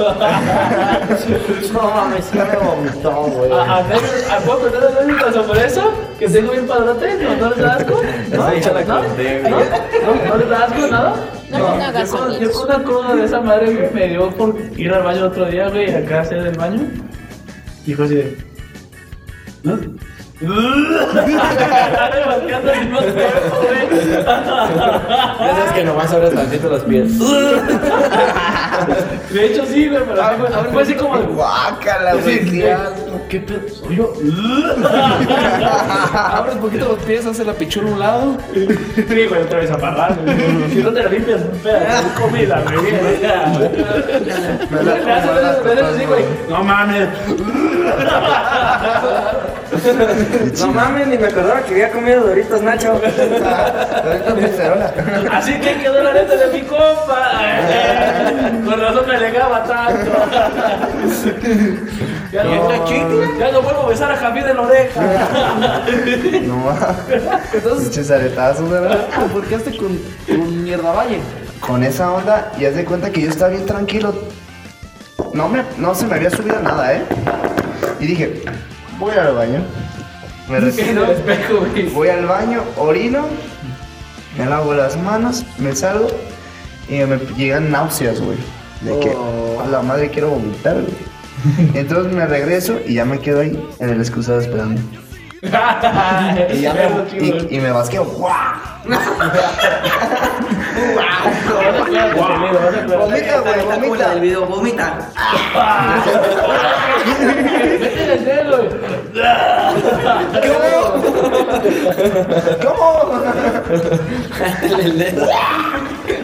No mames, ya me vomitó, güey.
¿A, a ver, ¿a ¿Puedo contar anécdotas sobre eso? ¿Que tengo bien padrote? ¿No, ¿No les da [LAUGHS] asco? ¿No? ¿No? ¿No? ¿No? ¿No les da asco nada?
No, no hagas
yo, con, yo
sonidos.
con una cruda de esa madre que me dio por ir al baño otro día, güey, acá hacer el baño. Dijo así de. ¿No? [LAUGHS]
Ya sabes que nomás abres tantito los pies.
De hecho, sí, güey, pero sí, güey, fue así como de,
Guácala, güey.
Sí,
qué
ya, ¿Qué pedo? Soy yo. Abre un poquito los pies, hace la pichula a un lado.
Sí, güey, otra vez amarrar. güey. Si no te la limpias, espera, no comida, güey.
la-
Le haces- le haces- le haces así, güey. No mames.
No mames, ni me acordaba que había comido Doritos Nacho.
Ahorita me cerona.
Así que quedó la neta de mi compa.
[LAUGHS]
Con razón me legaba tanto. Ya no, ya no vuelvo a besar a Javier en la oreja.
No mames. Pinches aretazos, ¿verdad?
¿Por qué hace con, con mierda valle?
Con esa onda, y haz de cuenta que yo estaba bien tranquilo. No, me, no se me había subido nada, ¿eh? Y dije, voy al baño.
[LAUGHS]
Me retiro. Voy al baño, orino, me lavo las manos, me salgo y me llegan náuseas, güey. De que a la madre quiero vomitar, [LAUGHS] güey. Entonces me regreso y ya me quedo ahí en el excusado [LAUGHS] esperando. Y, ya me, y, y me basqueo. [LAUGHS] ¡guau! Vomita, güey, vomita.
video, vomita.
[LAUGHS]
¿Cómo? [LAUGHS] ¿Cómo?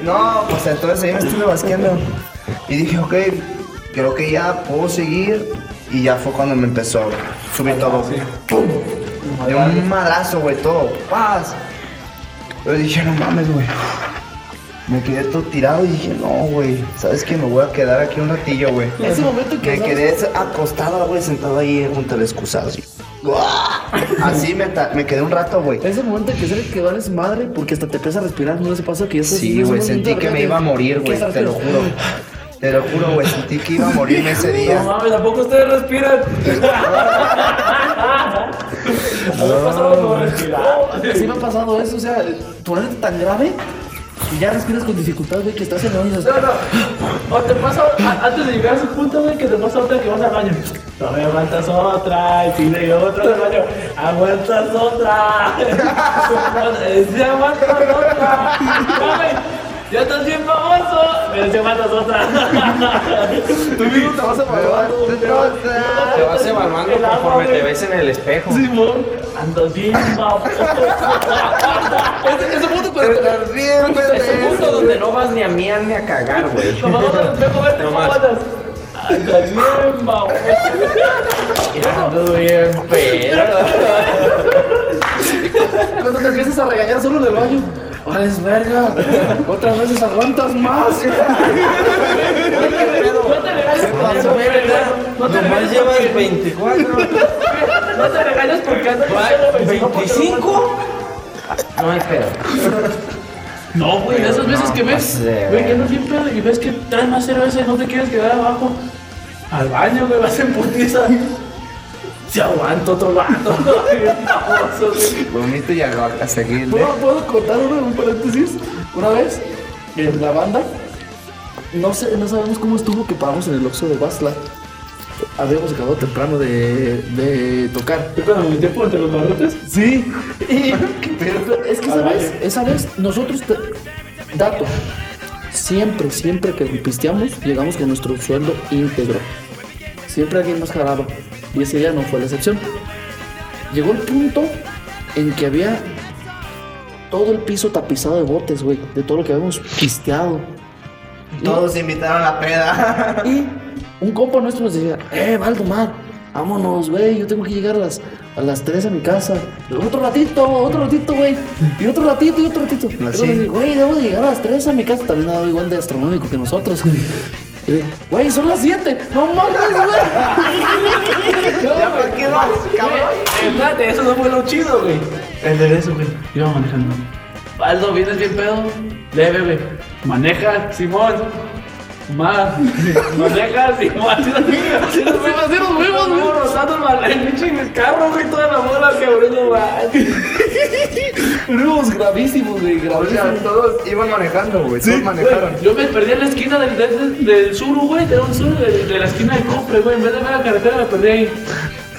No, pues entonces ahí me estuve basqueando. Y dije, ok, creo que ya puedo seguir. Y ya fue cuando me empezó a subir todo. ¡Pum! De un madrazo, güey, todo. ¡Paz! Yo dije, no mames, güey. Me quedé todo tirado y dije, no, güey. ¿Sabes qué? Me voy a quedar aquí un ratillo, güey.
Ese momento que
Me quedé acostado, güey, sentado ahí junto al excusado. Así, así me, ta- me quedé un rato, güey.
Ese momento en que se le quedó a madre porque hasta te empieza a respirar, no les pasa que ya estás-
Sí,
es
güey,
un
sentí
momento
que me
de-
iba a morir, güey,
que
te lo
estás-
juro. Te lo juro, güey, sentí que iba a morirme ese
No
día.
mames, tampoco ustedes respiran. A ver, pasamos por respirar.
Sí me ha pasado eso, o sea, tu eres tan grave que ya respiras con dificultad, güey, que estás en ondas.
No, no. O te pasa a- antes de llegar a ese punto, güey, que te pasa otra que vas al baño. Todavía aguantas otra, y sigue otra al baño. Aguantas otra. [LAUGHS] Eh, sí, aguantas otra. Ya, güey, Ya estás bien famoso, pero si aguantas otra. Tú mismo te vas evaluando.
Me
Te
vas-
Te vas evaluando
El agua,
conforme
güey.
te ves en el espejo.
Simón, andas bien famoso.
Ese, ese punto cuando te-
Estás bien,
Es un
pendejo.
punto donde no vas ni a miar ni a cagar, güey.
Como no te espejo, vete
No
cómo
más.
andas. Andas bien famoso.
Ando bien pedo.
cuando te empiezas a regañar solo en el baño. Ahora es verga. Otras veces aguantas más.
No te regañes porque
Más
no te
verga.
regañes. No te
Nomás
regañes
llevas
porque-
24.
no te regañes porque andas solo, güey, si no, porque no-
¿25? No hay pedo.
No, güey, de esas veces que ves,
sé,
güey, que andas bien pedo y ves que traes más cerveza y no te quieres quedar abajo. Al baño, güey, vas en putiza. Si aguanto otro vato. [LAUGHS]
Vomito y agarra a seguir.
¿Puedo, ¿Puedo contar uno, un paréntesis? Una vez, en la banda, no sé, no sabemos cómo estuvo que paramos en el Oxxo de Basla. Habíamos acabado temprano de, de tocar.
Yo cuando me metí por entre los barrotes,
Sí. [LAUGHS] Y, pero es que esa vez, esa vez nosotros, te- dato, siempre, siempre que pisteamos, llegamos con nuestro sueldo íntegro. Siempre alguien más jalaba. Y ese día no fue la excepción. Llegó el punto en que había todo el piso tapizado de botes, güey, de todo lo que habíamos pisteado.
Todos invitaron a la peda.
Y un compa nuestro nos decía, eh, Valdomar, vámonos, güey, yo tengo que llegar a las, a las 3 a mi casa. Otro ratito, otro ratito, güey. Y otro ratito, y otro ratito.
Ah,
Y
Así.
luego, Güey, debo de llegar a las 3 a mi casa. También dado igual de astronómico que nosotros. Y de, Güey, son las 7. No mames,
[LAUGHS]
güey.
¿Para qué vas, cabrón?
espérate, eso no fue lo chido, güey. El de eso, güey. Iba manejando. Aldo, ¿vienes bien pedo? Leve, güey. Maneja, Simón. Más. Maneja, [LAUGHS] Simón. Si nos si nos fuimos, si nos fuimos, güey. rozando el mal- el pinche en el carro, güey. Toda la bola que abrió, güey.
Fuimos gravísimos, güey,
O sea,
gravísimos.
todos iban manejando, güey. Todos manejaron.
Yo me perdí en la esquina del, del, del sur, güey. Era un sur de, de la esquina de Copre, güey. En vez de ver la carretera, me perdí ahí.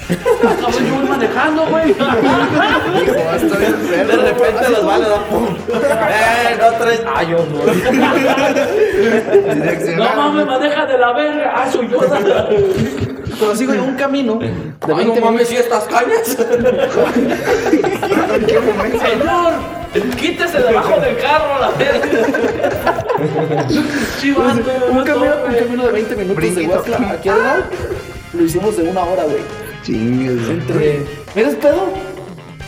Acabo yo voy manejando, güey.
De repente los van a dar pum. Eh, no traes. Ah, yo
No mames, maneja de la verga. Ah, soy yo.
Pero sigo en un camino. De
Ay,
20
no mames,
minutos.
¿y estas cañas?
Señor, quítese debajo del carro a la verga. Chivas, güey,
Un
no
camino, un
tomes.
camino de 20 minutos de
Brinquito.
Huasca aquí al lado. Lo hicimos de una hora, güey.
Chingues.
Entre. ¿Eres pedo?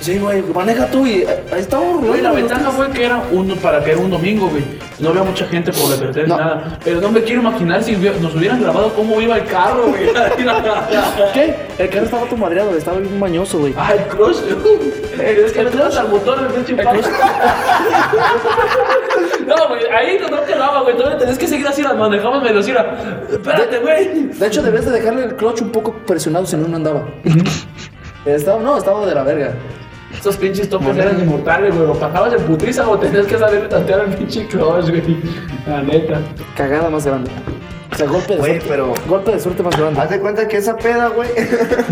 Sí, güey, maneja tú y eh, ahí estamos,
Güey,
güey.
la ventaja fue que era un, para que era un domingo, güey. No había mucha gente por la carretera ni
No.
nada. Pero no me quiero imaginar si hubiera- nos hubieran grabado cómo iba el carro, güey.
¿Qué? El carro estaba todo madreado, estaba bien mañoso, güey.
Ay, el crush. Es que le das al motor el pinche impacto. [LAUGHS] No, güey, ahí no, no quedaba, güey. Todavía tenés que seguir así, las manejamos velocidad. Espérate, güey.
De hecho, debes de dejarle el clutch un poco presionado si no, no andaba. estaba, no, estaba de la verga.
Esos pinches topes pues, eran inmortales, güey. O pasabas en putiza o tenías que saber tantear al pinche crush, güey. La neta.
Cagada más grande. O sea, golpe de
Güey,
suerte.
pero-
Golpe de suerte más grande.
Haz de cuenta que esa peda, güey.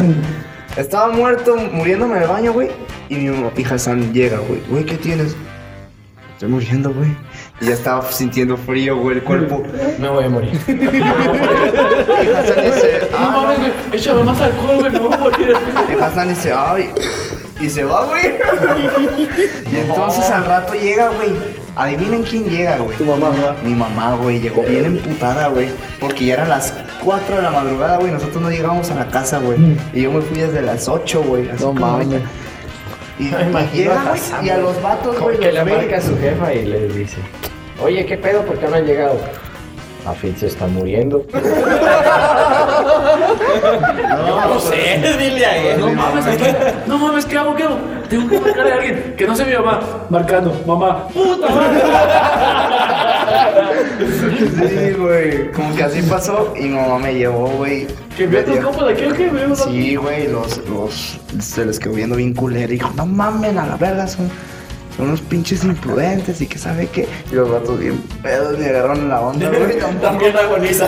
[LAUGHS] Estaba muerto, muriéndome en el baño, güey. Y mi mamá- y Hassan llega, güey. Güey, ¿qué tienes? Estoy muriendo, güey. Y ya estaba sintiendo frío, güey, el cuerpo.
Me voy a morir.
Y Hassan dice,
No
ah,
mames, güey. Échame más alcohol, güey.
[LAUGHS]
Me voy a morir.
Y Hassan dice, ay. Y se va, güey. Y entonces al rato llega, güey. Adivinen quién llega, güey.
Tu mamá, ¿verdad?
Mi mamá, güey, llegó bien emputada, güey. Porque ya eran las 4 de la madrugada, güey. Nosotros no llegábamos a la casa, güey. Y yo me fui desde las 8, güey.
Mm.
así
No
como
mames.
ahorita. Y, y
imagino
llega,
a
güey,
Hassan,
y a
güey.
los vatos, güey.
Porque
los
le
ve.
marca a su jefa y les dice: Oye, ¿qué pedo? ¿Por qué no han llegado? La Fit se está muriendo.
No,
sé, dile a él.
No mames, aquí- no mames, "Ah, pues, ¿qué hago? ¿Qué hago? Tengo que marcar a alguien que no sea mi mamá. Marcando, mamá, puta madre.
Sí, güey. Como que así pasó. Y mi mamá me llevó, güey.
Que
Me
veo tus
dio-
copas pues, de aquí, ¿o qué? Veo una-
Sí, güey, los, los, se les quedó viendo bien culero. Y dijo, no mamen, a la verga, son, son unos pinches imprudentes y que sabe qué. Y los vatos bien pedos me agarraron la onda,
[LAUGHS]
güey.
También agoniza.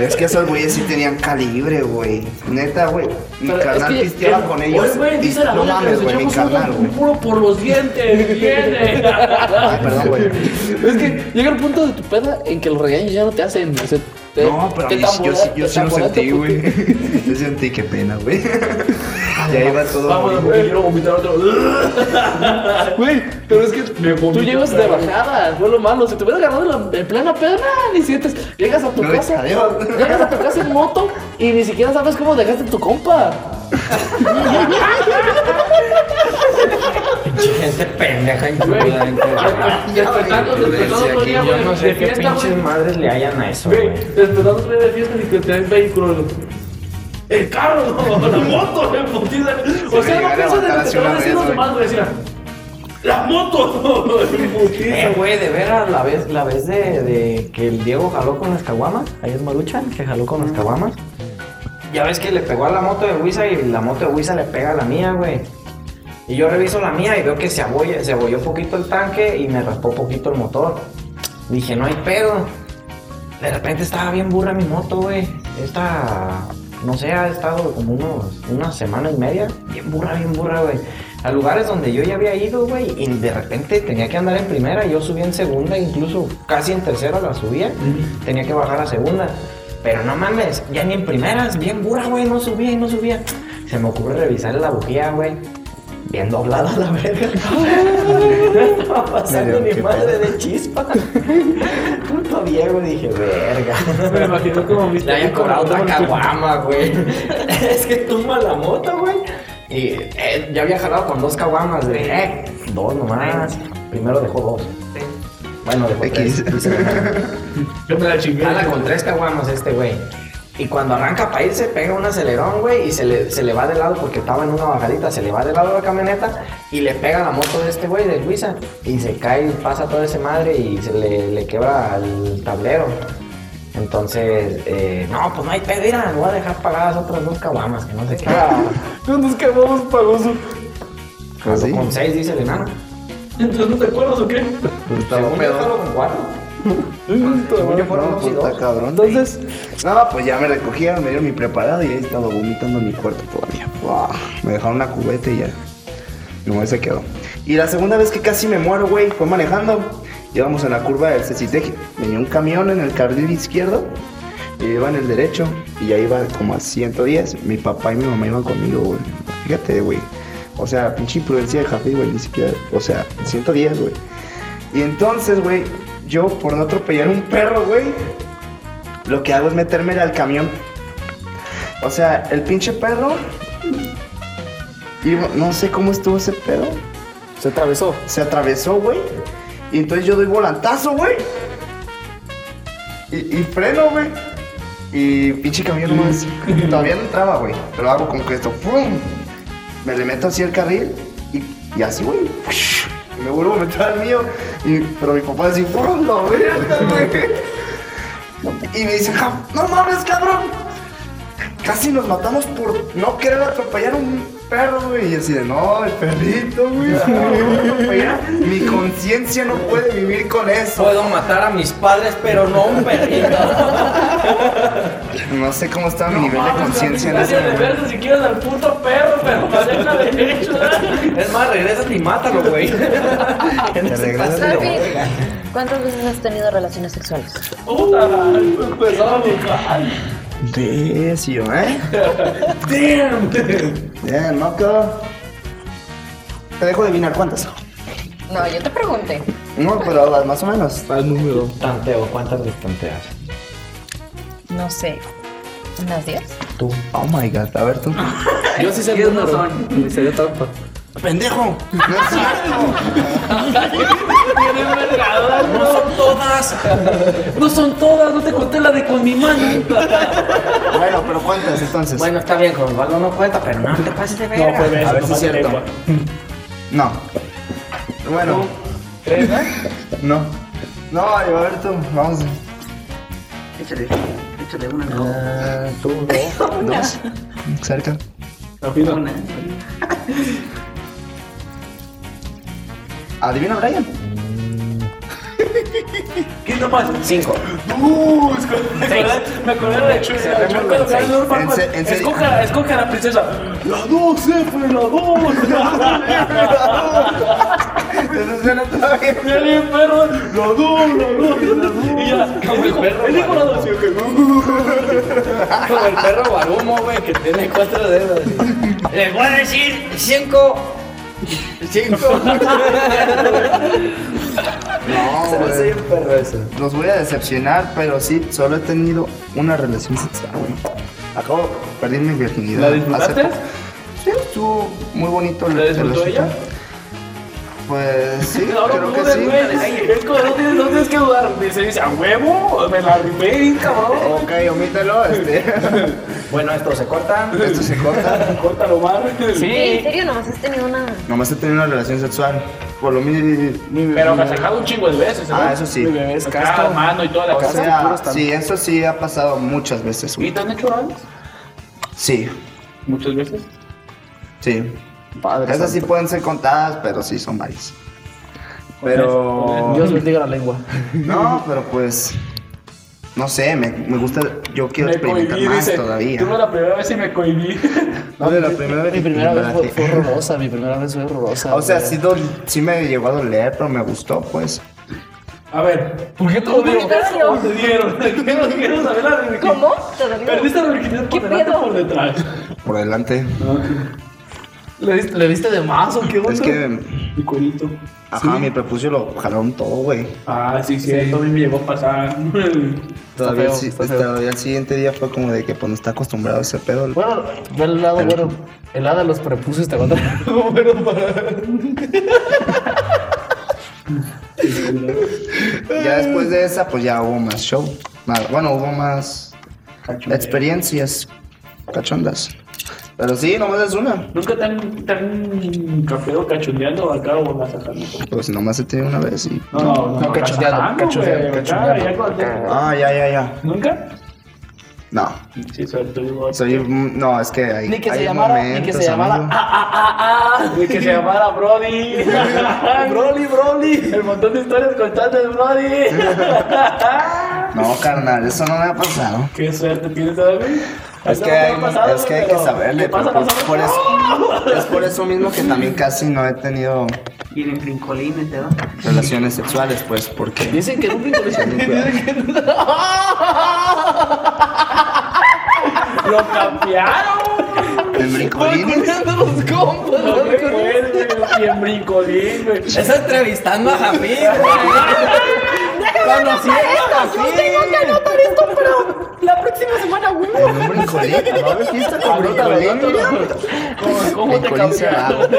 es que esos güeyes sí tenían calibre, güey. Neta, güey. Mi
Pero es
carnal
que
pisteaba con ellos.
Oye, güey, dice la
no
banda que
mames,
nos
güey, mi
echamos
carnal,
un, un
güey.
puro por los dientes. Viene.
Ay, perdón, güey.
[LAUGHS] Es que llega el punto de tu peda en que los regaños ya no te hacen. o sea, te-
No, pero a
te
mí sí- yo, sí-
tamborea-
yo
te
sí lo
tamborea tu
sentí,
puto-
güey. [LAUGHS] Yo sentí qué pena,
[LAUGHS]
güey. ya iba todo.
Vámonos,
güey.
porque [LAUGHS] quiero vomitar otro.
[LAUGHS] Güey, pero es que tú llevas de bajada, fue lo malo. Si te hubieras ganado en plena peda, ni sientes. Llegas a tu
No,
casa,
adiós.
llegas a tu casa en moto y ni siquiera sabes cómo dejaste tu compa.
Gente pendeja incluida dentro de-
Despertando, despertando otro día,
Yo no
güey, de
sé qué
fiesta,
pinches
güey.
madres le hayan a eso,
Güey,
güey.
despertando otro día de fiesta y que te den vehículo. güey. El carro, no, la moto, güey, putiza. O
me
sea, no
llegara a
piensas
matar
en lo que
así
te van a
una
decir los
vez,
demás, güey. decía, La moto, [LAUGHS] güey, putiza.
Eh, güey, de veras, la vez, la vez de, de que el Diego jaló con las caguamas, ahí es Maruchan, que jaló con las caguamas. Ya ves que le pegó a la moto de Huiza y la moto de Huiza le pega a la mía, güey. Y yo reviso la mía y veo que se abolla, se abolló poquito el tanque y me raspó poquito el motor. Dije, no hay pedo. De repente estaba bien burra mi moto, güey. Esta, no sé, ha estado como unos, una semana y media. Bien burra, bien burra, güey. A lugares donde yo ya había ido, güey. Y de repente tenía que andar en primera. Yo subí en segunda, incluso casi en tercera la subía. Tenía que bajar a segunda. Pero no mames, ya ni en primeras. Bien burra, güey. No subía y no subía. Se me ocurre revisar la bujía, güey. Bien doblada la verga. [LAUGHS] No estaba pasando ni madre de chispa. [LAUGHS] Puto Diego, dije, verga.
Me imagino como mis
Le había cobrado otra caguama, güey. [LAUGHS] es que tumba la moto, güey. Y eh, ya había jalado con dos caguamas, de eh, dos nomás. Primero dejó dos. Bueno, dejó
X. [LAUGHS] Pues
tres.
Yo me la chingué.
Jala con tres caguamas este güey. Y cuando arranca para irse, pega un acelerón, güey, y se le, se le va de lado porque estaba en una bajadita, se le va de lado la camioneta y le pega la moto de este güey, de Luisa, y se cae, y pasa toda esa madre y se le, le quebra el tablero. Entonces, eh, no, pues no hay pedo, mira, voy a dejar pagadas otras dos caguamas, que no sé qué.
Ah,
¿Dónde es que vamos pagoso?
Así. ¿Ah,
Con seis, dice el enano.
¿Entonces no te acuerdas o qué?
Pues Estaba
Según yo,
pedo.
jalo con cuatro.
Según yo fueron dos y dos. pues cabrón. Entonces, no, pues ya me recogieron, me dieron mi preparado y ahí estaba vomitando en mi cuarto todavía. Buah, me dejaron una cubeta y ya. Mi mujer se quedó. Y la segunda vez que casi me muero, güey, fue manejando. Íbamos en la curva del Ceciteje. Venía un camión en el carril izquierdo y yo iba en el derecho y ya iba como a 110. Mi papá y mi mamá iban conmigo, güey. Fíjate, güey. O sea, pinche imprudencia de Jafé, güey, ni siquiera. O sea, 110, güey. Y entonces, güey, yo por no atropellar un perro, güey, lo que hago es meterme al camión. O sea, el pinche perro. iba- no sé cómo estuvo ese pedo. Se atravesó. Se atravesó, güey. Y entonces yo doy volantazo, güey. Y, y freno, güey. Y pinche camión no es. Todavía no entraba, güey. Pero hago con que esto. ¡Pum! Me le meto así el carril. Y, y así, güey. Y me vuelvo a meter al mío. Y, pero mi papá así, ¡pum! ¡La verga, güey! Y me dice, "Ja, ¡no mames, cabrón! Casi nos matamos por no querer atropellar un perro, güey. Y así de, no, el perrito, güey. no lo voy a atropellar. Mi conciencia no puede vivir con eso.
Puedo matar a mis padres, pero no un perrito.
No sé cómo está mi nivel de conciencia en ese
gracias,
momento.
si quieres al puto perro, pero maneja derecho. Es más, regresas y mátalo, güey.
Te regresas y lo
Sophie,
vuelves.
¿cuántas veces has tenido relaciones sexuales?
Decio, ¿eh? Damn. Damn, loco. Te dejo adivinar cuántas.
No, yo te pregunté.
No, pero más o menos.
Al número. Tanteo, ¿cuántas les tanteas?
No sé. ¿Unas 10?
Tú. Oh my god, a ver tú.
Yo sí sé el número. Son? Se dio trampa.
¡Pendejo! ¡No es
No son todas. No son todas. No te conté la de con mi mano.
Bueno, pero cuántas entonces.
Bueno, está bien, con Osvaldo no cuenta, pero no te pases de verga.
A ver si es cierto. [LAUGHS] No. Bueno. ¿Tres, No. No, a ver tú, vamos. Échale, échale una. tú, [LAUGHS] dos. Dos. Cerca. Adivina, [LAUGHS] Brian.
¿Quién nomás? Cinco.
Uh, Me acordé- me acordé de Chuy. Yo cuando
seis.
salí de un
En
farmaco,
se- en serio.
Escoge a- escoge a la princesa. La dos, jefe, la dos.
Eso suena todavía.
Ya bien, perro. La dos, la dos, la dos. Y ya, el hijo- el hijo la dos. y yo que,
Como el perro Barumo, güey, que tiene cuatro dedos. Les voy a decir cinco. Cinco.
No,
Se me hace
güey. Los voy a decepcionar, pero sí, solo he tenido una relación sexual. güey. Acabo de perder mi virginidad.
¿La disfrutaste?
Hace poco. Sí, estuvo muy bonito.
¿La disfrutó ella?
Pues sí,
Ahora
creo que
dudes,
sí.
güey. Es como, no tienes, no tienes que dudar. Dice, dice, a huevo, me la rifé, bien, cabrón.
Ok, omítelo. Este.
Bueno, esto se corta.
Esto se corta.
Córtalo, mar.
¿En serio? ¿Nomás has tenido una?
Nomás he tenido una relación sexual. Por lo mismo.
Pero me sacado un chingo de veces.
Ah,
¿no?
eso sí.
Mi bebé es casto. mano y toda la
O
casa.
sea, sí, eso sí ha pasado muchas veces. güey.
¿Y te han hecho orales?
Sí,
Muchas veces.
sí. Esas sí pueden ser contadas, pero sí son varias. Pero.
Dios bendiga la
[LAUGHS]
lengua.
No, pero pues. No sé, me, me gusta. Yo quiero
Me
experimentar
cohibí,
más
dice.
todavía.
Tuve la primera vez y me cohibí.
[LAUGHS] No, de la primera vez.
Mi primera vez fue, fue horrorosa, mi primera vez fue horrorosa.
O sea,
güey.
sí, do- sí me llegó a doler, pero me gustó, pues.
A ver, ¿por qué te lo dieron? ¿Cómo te dieron? [LAUGHS] Quiero, quiero saber la virginidad.
¿Cómo? ¿Te dolió?
Perdiste la virginidad por delante o por detrás.
Por delante.
¿Le, diste, le diste de más o qué onda?
Es que.
Mi cuerito.
Ajá, mi prepucio lo jalaron todo, güey.
Ah, sí, cierto, a mí me llegó a
[LAUGHS]
pasar.
Todavía,
feo,
el si-
está feo.
todavía el siguiente día fue como de que pues no está acostumbrado a ese pedo.
Bueno, ve el lado bueno. El hada de los este prepucios te aguanta. bueno, para...
Ya
Eh.
después de esa, pues ya hubo más show. Más- bueno, hubo más
Eh.
experiencias cachondas. Pero sí, nomás es una.
Nunca tan, tan cafeo cachondeando acá o más acá.
Pues nomás se tiene una vez y.
No, no, no, cachondeando,
cachondeando, cachondeando,
güey, acá,
cachondeando.
ya cuando-
Ah, ya, ya, ya.
¿Nunca?
No.
Sí, soy tú.
Soy, mm, no, es que hay,
Ni que se
hay
llamara- ni que
momentos,
se llamara
amigo.
Ni que se llamara Brody. Broly, Broly. El montón de historias contadas de Brody.
No, carnal, eso no me ha pasado.
Qué suerte tienes, David.
Es que, hay, es que hay que saberle, pero por- por eso- es por eso mismo que también casi no he tenido
Y en brincolines, ¿verdad?
relaciones sexuales, pues, porque...
Dicen que no
[LAUGHS]
¡Lo cambiaron!
¿En brincolines?
los compas!
No me puedes, güey. pues, Y en brincolín, güey.
Está entrevistando a Javi, Déjame
anotar esto, yo tengo que anotar
esto, pero la próxima semana, güey.
Un brincolín, ¿no? ¿Viste con brincolín, Miriam?
¿Cómo te
Brincolín será.
cambiaron?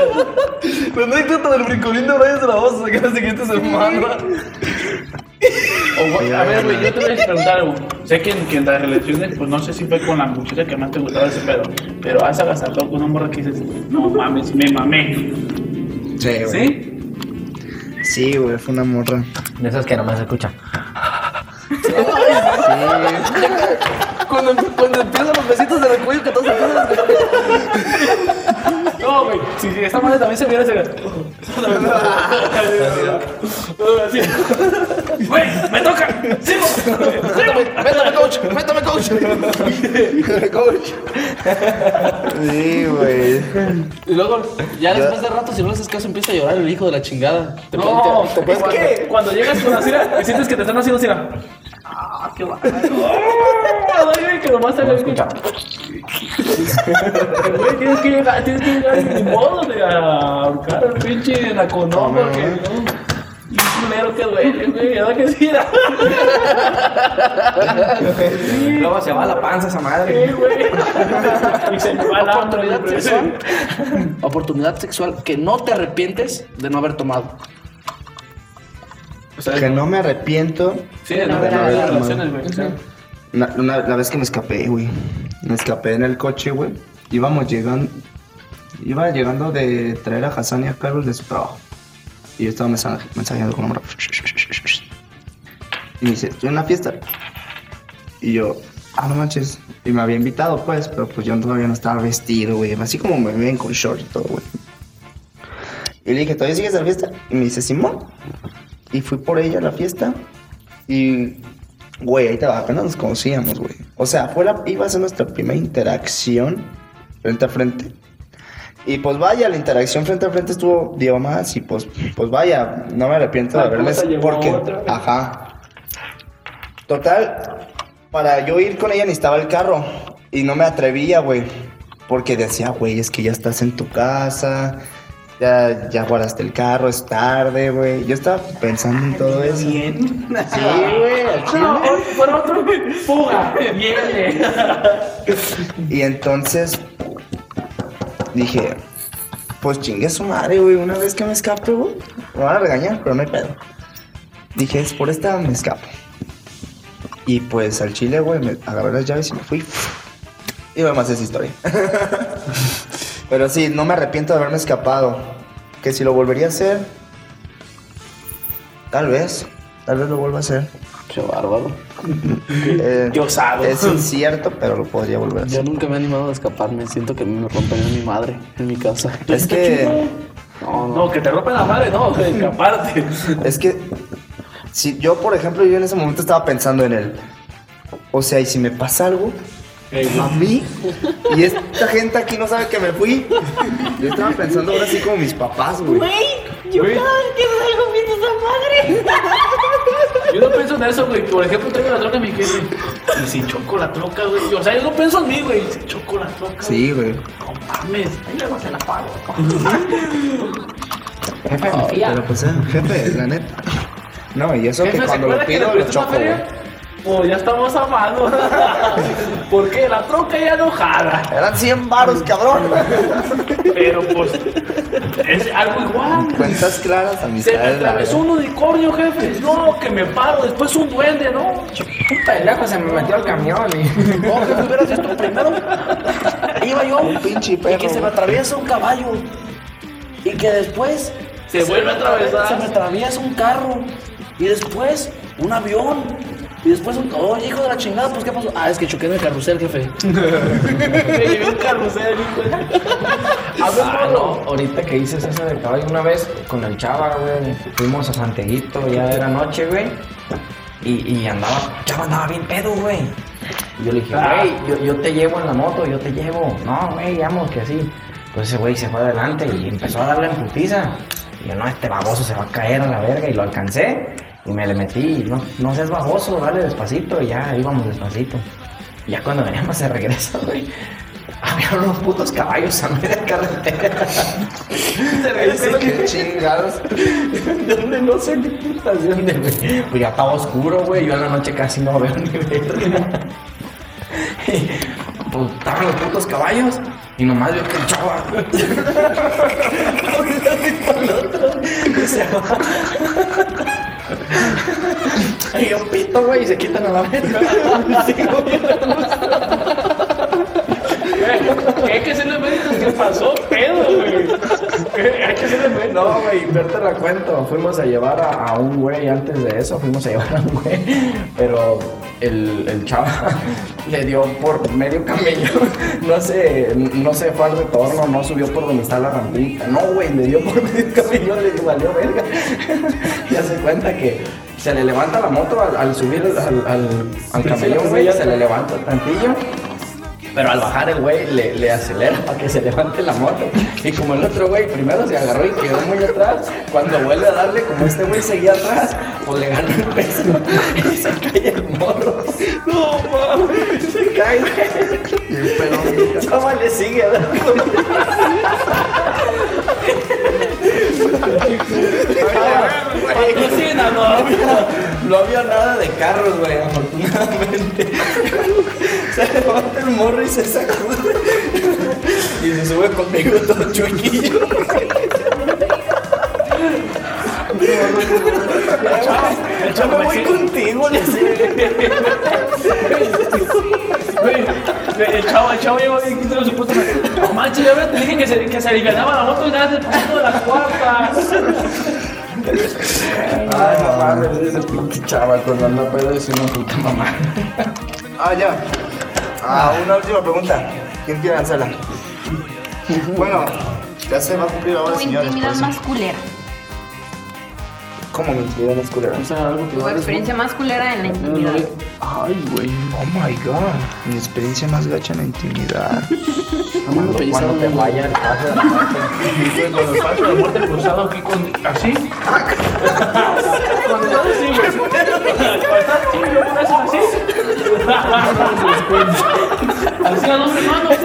Pero no hay tanto del brincolín de Brian se la vamos a sacar la siguiente semana.
A ver, güey, yo te voy a preguntar algo. Sé que en, que en las relaciones, pues no sé si fue con la muchacha que más te gustaba ese pedo, pero has agasajado con una morra que dices, no mames, me mamé.
Sí, güey.
¿Sí?
Sí, güey, fue una morra.
De esas que nomás escuchan.
Cuando, cuando empiezan los besitos en el cuello que todos empiezan a escuchar.
No, güey, si, si esta madre también se viera, se Así. Güey, me toca. Sigo.
Métame, coach, métame, coach.
coach. Sí, güey.
Y luego, ya después de rato, si no le haces caso, empieza a llorar el hijo de la chingada. Te
No,
puede- te- te puede-
es que cuando llegas con la sira, sientes que te están haciendo sira. Ah, qué guay. que nomás sale escucha. Güey, tienes que llegar, tienes que llegar sin modo de ahorcar al pinche naconón, porque no. Y culero que duele, güey, ¿verdad que sí? [LAUGHS]
Luego se va la panza esa madre.
Y se me va la
Oportunidad
hambre,
sexual. Oportunidad sexual que no te arrepientes de no haber tomado.
Que no me arrepiento
Sí,
de
no,
no
de
haber
las
tomado.
relaciones, güey. o sea.
Una, una- la vez que me escapé, güey. Me escapé en el coche, güey. Íbamos llegando. Iba llegando de traer a Hassan y a Carlos de su trabajo. Y yo estaba mensaje- mensajeando con un morra. Y me dice, estoy en una fiesta. Y yo, ah, no manches. Y me había invitado, pues, pero pues yo todavía no estaba vestido, güey. Así como me ven con short y todo, güey. Y le dije, ¿todavía sigues a la fiesta? Y me dice, Simón. Y fui por ella a la fiesta. Y, güey, ahí te va, apenas nos conocíamos, güey. O sea, fue la, iba a ser nuestra primera interacción frente a frente. Y pues vaya, la interacción frente a frente estuvo dio más y pues, pues vaya, no me arrepiento de
La
haberme...
cosa llegó
Porque,
otra vez.
ajá. Total, para yo ir con ella necesitaba el carro y no me atrevía, güey. Porque decía, güey, es que ya estás en tu casa, ya, ya guardaste el carro, es tarde, güey. Yo estaba pensando en todo eso.
Bien.
Sí, güey, al chile.
No, hoy por otro, güey. fuga, viene.
Y entonces dije, pues chingue su madre, güey. Una vez que me escape, güey, me van a regañar, pero no hay pedo. Dije, es por esta me escapo. Y pues al chile, güey, me agarré las llaves y me fui. Y nada más esa historia. [LAUGHS] pero sí, no me arrepiento de haberme escapado. Que si lo volvería a hacer, tal vez, tal vez lo vuelva a hacer.
Qué bárbaro.
Eh,
Yo sabo.
Es incierto, pero lo podría volver a hacer.
Yo nunca me he animado a escaparme. Siento que me rompería mi madre en mi [LAUGHS] casa.
Es que,
No, no.
No, que te rompen la madre, no, que escaparte.
es que, si yo, por ejemplo, yo en ese momento estaba pensando en él. O sea, y si me pasa algo, a mí, y esta gente aquí no sabe que me fui. Yo estaba pensando ahora sí como mis papás, güey.
Yo
Güey.
cada vez que salgo viendo esa madre.
[LAUGHS]
Yo no pienso en eso, güey. Por ejemplo, traigo la troca y me dije, güey, y si choco la troca, güey. O sea, yo no pienso en mí, güey. Si choco la troca,
Sí, güey.
güey, No mames, ahí luego se la pago.
Jefe, pero pues, eh, jefe, la neta. No, y eso
Jefe,
que
¿se
cuando
acuerda
lo
que le
pido lo
presté una
choco,
feria?
güey.
Pues ya estamos amados. [LAUGHS] Porque la troca ya enojada.
Eran 100 varos,
[LAUGHS]
cabrón.
Pero pues, es algo igual.
Cuentas claras,
Se me
amistades. la
atravesó
verdad.
un unicornio, jefe. No, que me paro. Después un duende, ¿no?
Puta, el ajo se me metió al camión y.
No, que me hubieras visto primero. Iba yo.
Un pinche perro,
Y que se me
güey.
atraviesa un caballo. Y que después.
Se vuelve a atravesar.
Se me atraviesa un carro. Y después un avión. Y después un, oye, hijo de la chingada, pues qué pasó. Ah, es que choqué en el carrusel, jefe.
Me llevé un carrusel,
Ah, no, ahorita que dices eso del caballo, una vez con el chava, güey, fuimos a Santeguito, ya era noche, güey, y, y andaba, chava andaba bien pedo, güey. Y yo le dije, güey, yo, yo te llevo en la moto, yo te llevo. No, güey, vamos, que así. Entonces ese güey se fue adelante y empezó a darle en putiza. Y yo, no, este baboso se va a caer a la verga, y lo alcancé, y me le metí, y no, no seas baboso, dale despacito, y ya íbamos despacito. Y ya cuando veníamos de regreso, güey, había unos putos caballos a media carretera. Dice que chingados. ¿Dónde no sé qué putas de dónde, güey? Pues ya estaba oscuro, güey. Yo en la noche casi no veo ni verga. Y, [LAUGHS] Pues estaban los putos caballos. Y nomás veo que el chava. Y [LAUGHS] se va. [LAUGHS] Y yo pito, güey, y se quitan a la verga.
Hay que hacerle méritos que pasó, pedo, güey. Hay que hacerle méritos.
No, güey, no te la cuento. Fuimos a llevar a, a un güey antes de eso, fuimos a llevar a un güey. Pero el, el chava [LAUGHS] le dio por medio camello. [LAUGHS] No se, no se fue al retorno, no subió por donde está la rampita. No, güey, le dio por medio camello, le valió verga. [LAUGHS] Ya se cuenta que se le levanta la moto al, al subir al, al, al camellón, güey, se le levanta tantillo. Pero al bajar el güey le, le acelera para que se levante la moto. Y como el otro güey primero se agarró y quedó muy atrás, cuando vuelve a darle, como este güey seguía atrás, pues le gana el peso y se cae el morro. No, mames, se cae. Y el pelón. ¿Cómo le sigue a dar
[LAUGHS]
Patrocina, no.
No había nada de carros, güey, afortunadamente. Se levanta el morro y se sacude. Y se sube conmigo todo chuequillo. Yo me voy contigo, le
Güey, güey, El chavo, el chavo llegó bien quito su puta madre. No manches, yo te dije que se, que se alivianaba la moto y nada, se puso de las cuartas.
Ay, no mames, ese pinche chaval cuando anda pedo es una puta mamá.
Ah, ya. Ah, una última pregunta. ¿Quién quiere lanzarla? Bueno, ya se va a cumplir ahora,
Tu
señores. pues
intimidad
por eso.
más culera.
¿Cómo mi intimidad más culera?
Tu experiencia más culera en la intimidad.
Ay, güey. Oh my god. Mi experiencia más gacha en la intimidad. Cuando, cuando te vayan,
Con el paso de muerte cruzado aquí con. así. Con todo así, güey. Con estar chingo, con eso así. Así a dos hermanos.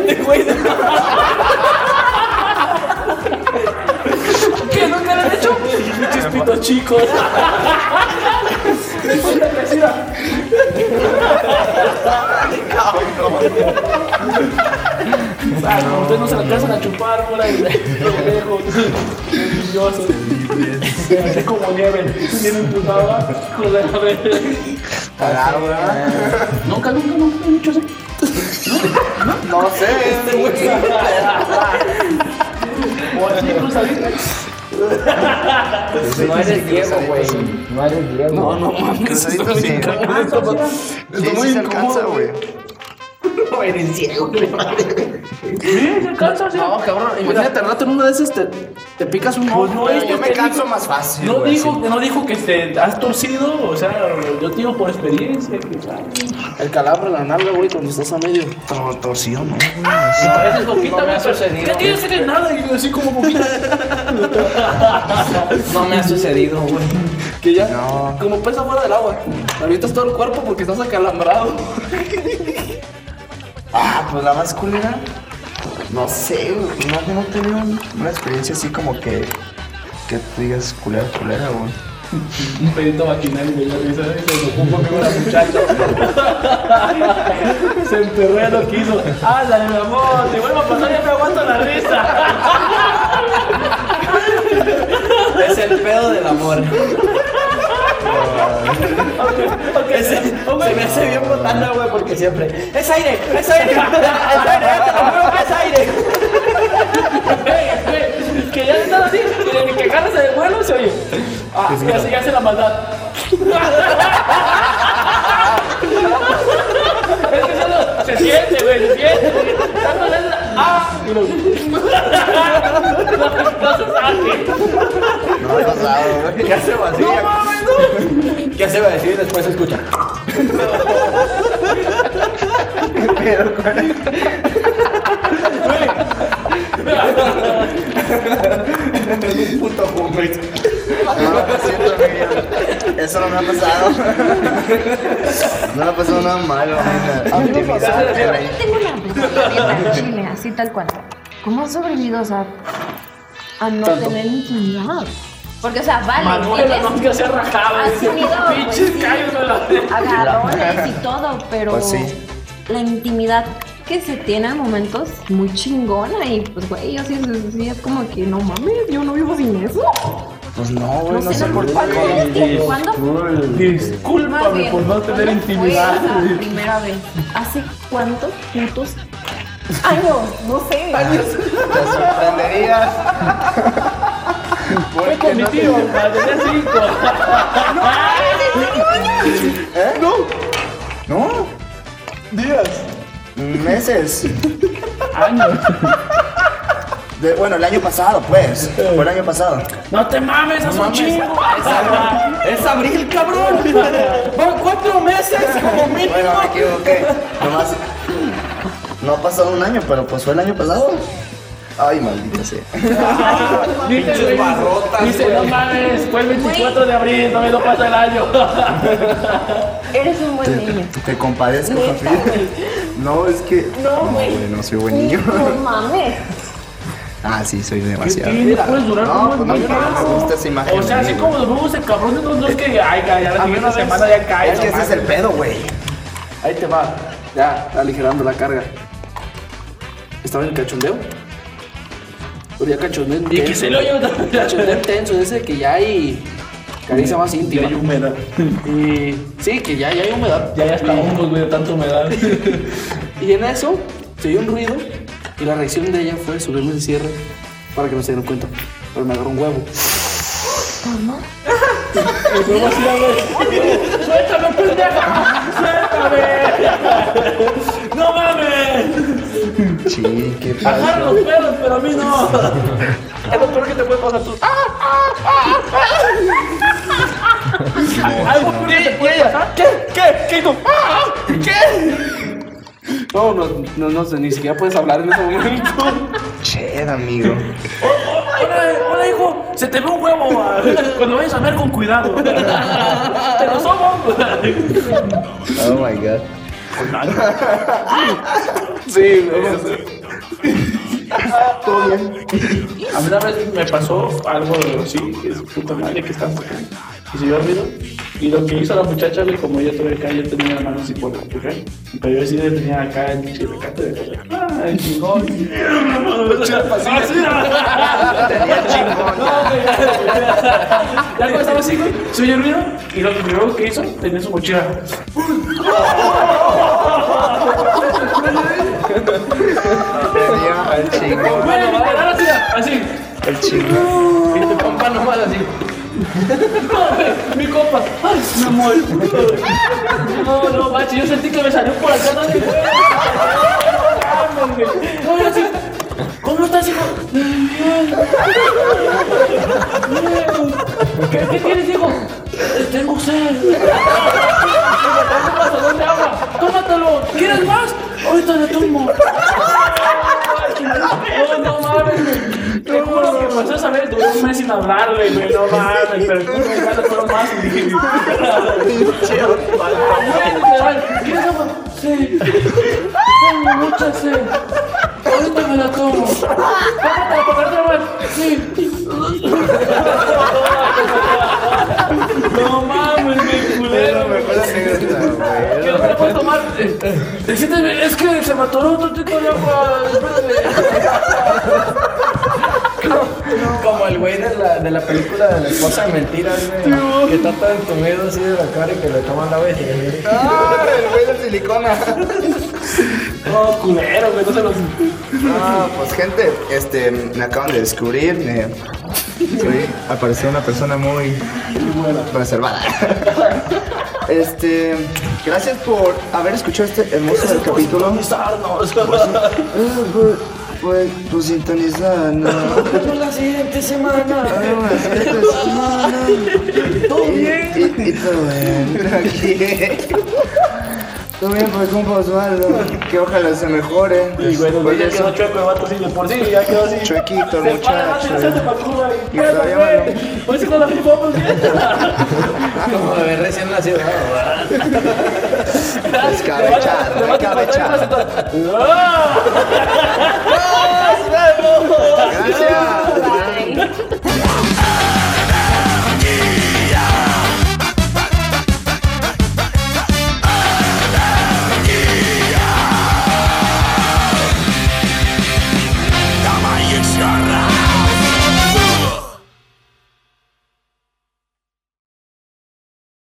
¿Qué nunca lo han hecho? Pinches pitos chicos. Ah, como ustedes no se la alcanzan a chupar por ahí. Pendejos. Envidiosos. Así como nieve. Tienen tu baba. Hijo de la verga. Nunca, nunca, nunca he hecho eso.
[LAUGHS] No sé.
Este güey. O así cruzadita.
Pues
No eres Diego, güey. No eres Diego. No, no mames.
Cruzadito sí. Sí, sí se alcanza, güey.
No eres Diego,
Sí, se cansa, sí. No, cabrón, imagínate al rato en una de esas te, te picas un ojo.
Pues no
este
es que te digo- No dijo, no dijo que te has torcido, o sea, yo te digo por experiencia. Que,
El calabro en la nalga, güey, cuando estás a medio. Torsión, ¿no?
a veces poquita,
No me
güey,
ha
pero-
sucedido,
¿Qué tienes que nada? Y así como poquita.
No me ha sucedido, güey.
Que ya, como pesa fuera del agua. Avientas todo el cuerpo porque estás acalambrado.
Ah, pues la más culera. No sé, güey. No, no he tenido un- una experiencia así como que. Que tú digas culera, culera, güey.
Un pedito maquinario, güey, ya me hizo eso, se ocupó que la muchacha. se enterró ya lo quiso. Ándale, mi amor, te vuelvo a pasar, ya me aguanto la risa.
Es el pedo del
[LAUGHS]
amor. Ese- se me hace bien botana, güey, porque siempre. ¡Es aire! ¡Es
[LAUGHS]
aire! ¡Es aire! ¡Te lo juro que es aire!
Güey, güey, que ya estás así, que desde que agarras el [LAUGHS] vuelo se oye. Ah, ya se, ya se la maldad. siente, güey, se siente. Tanto le haces, ¡Ah! Y lo. No, no se sabe.
No ha pasado, güey.
Ya se vacía.
¡No mames, no!
¿Qué se va a decir después? Se escucha.
Pero con
Es un puto hombre.
Eso no me ha pasado. No me ha pasado nada malo. A mí me pasó.
Yo tengo una pregunta, Chile, así tal cual. ¿Cómo has sobrevivido, o sea, a no
Tanto.
tener intimidad? Porque, o sea, vale,
Manuela,
tienes-
no, que se rajaba.
Has
dice,
tenido, pues,
Pinches
sí,
callos me la
agarrones y todo, pero
Pues sí.
la intimidad que se tiene a momentos es muy chingona y pues güey, yo sí, sí es como que no mames, yo no vivo sin eso.
Pues no, güey,
No
no
sé,
sé
no,
por qué.
¿cuántos años tienes? ¿Cuándo? Más
Discúlpame
bien,
por no
¿cuándo
tener
fue
intimidad.
esa primera vez. ¿Hace cuántos putos años? No sé.
Te sorprenderías.
Fue con mi tío, para tener cinco.
¿Eh? No. No. Días. Meses.
[LAUGHS] Años.
De- bueno, el año pasado, pues. Fue el año pasado.
No te mames, haz un chingo.
Es abril, cabrón. Van cuatro
[LAUGHS]
meses como mínimo.
Bueno, me equivoqué. Nomás. No ha pasado un año, pero pues fue el año pasado. Ay, maldita sea.
Dice,
Pinches
güey,
barrotas,
Dice,
güey.
no mames, fue el 24 de abril, todavía no pasa el año.
Eres un buen niño.
Te compadezco,
Neta,
Javier. No, es que.
No, güey.
güey, no soy buen niño.
No mames.
Ah, sí, soy demasiado.
tiene? Puedes durar
no,
como
pues
un
no, no
buen
me
paso.
gusta esa imagen.
O sea,
de
así
mí,
como nos vemos de cabrones, no no es que, ay, ya,
Pues,
ya la siguiente
güey.
semana ya cae.
Es que
no
ese es el
mames.
pedo, güey.
Ahí te va. Ya, aligerando la carga. Estaba en el cachondeo. Pero ya cachondeo
Y que se lo lleva [LAUGHS]
Cachondeo intenso, ese que ya hay caricia más
Ya
íntima.
hay humedad.
Y sí, que ya, ya hay humedad.
Ya, ya está hongos, güey, de tanta humedad.
Y en eso se oyó un ruido y la reacción de ella fue subirme el cierre para que no se dieran cuenta. Pero me agarró un huevo.
¡Suéltame, pendeja! ¡Suéltame! ¡No mames!
Sí, qué padre.
Agarra los pelos, pero a mí no. Es lo peor que te puede pasar tú. Algo peor que te puede pasar. ¿Qué? ¿Qué? ¿Qué? hizo? ¡Ah! ¿Qué?
No, no, no, no sé, ni siquiera puedes hablar en ese momento.
Che, amigo.
Hola, hola, hijo. Se te ve un
[LAUGHS]
huevo. ma. Cuando vayas a ver con cuidado. Te lo somos.
Oh my god.
Sí, no.
Todo bien.
A mí una vez me pasó algo así, que es puta madre que estaba acá. Y se yo ruido. Y lo que hizo la muchacha, güey, como yo tuve acá, yo tenía las manos así por acá, acá. Pero yo sí le tenía acá el chilecato de acá. ¡Ah, chingón! ¡Así!
Tenía chingón.
No, güey, ya, güey, ya. Ya cuando estaba así, güey, se oyó el ruido. Y lo primero que hizo, tenía su mochila.
Tenía el chingón.
Güey, literal, así, así.
El chingón.
Y tu compa nomás así. [LAUGHS] No, güey, mi compa. Ay, mi amor. No, no, macho, yo sentí que me salió por acá. No, güey. Vamos, güey. No, yo así. ¿Cómo estás, hijo? Bien. ¿Qué, qué tienes, hijo? "Eh, Tengo sed. [LAUGHS] ¿Dónde agua? Tómatelo. ¿Quieres más? Ahorita le tomo. No, no mames, güey. Te juro que pasó esa vez, duré un mes sin hablar, güey, güey, no mames, pero tú me ganas fueron más y dije, Güey, literal, ¿quieres agua? Sí. Tengo mucha sed. Ahorita me la tomo. Tómatela para otra vez. Sí. No mames, mi culero, güey. [LAUGHS]
anécdota,
¿Qué no te puedes
[LAUGHS]
tomar? Eh, eh, siéntame, Es que se me atoró otro tipo de
[LAUGHS]
agua.
Como el güey de la, de la película de la esposa de mentiras, güey. Que trata de comer así de la cara y que le toman la vez.
¡Ah! El güey de silicona.
No, culero, güey, no se los.
Ah, pues gente, este, me acaban de descubrir. Me... Soy, apareció una persona muy reservada. [LAUGHS] Este, Gracias por haber escuchado este hermoso capítulo. Pues, eh,
sintonizarnos.
Por, por, por sintonizarnos.
la siguiente semana.
Ah, Todo bien. pues, Y, y todo bien. [LAUGHS] Aquí. Todo bien, pues, compa Osvaldo. Que ojalá se mejore.
Y bueno,
Oye,
ya
eso-
quedó chueco el vato así de por sí, ya quedó así.
Chuequito, el
Se
muchacho.
para, va, se hace pa' Cuba y-
Me sabía
Bueno, güey, Pues si no la rifamos bien.
Como bebé recién nacido.
Descabechado, descabechado.
¡Ah!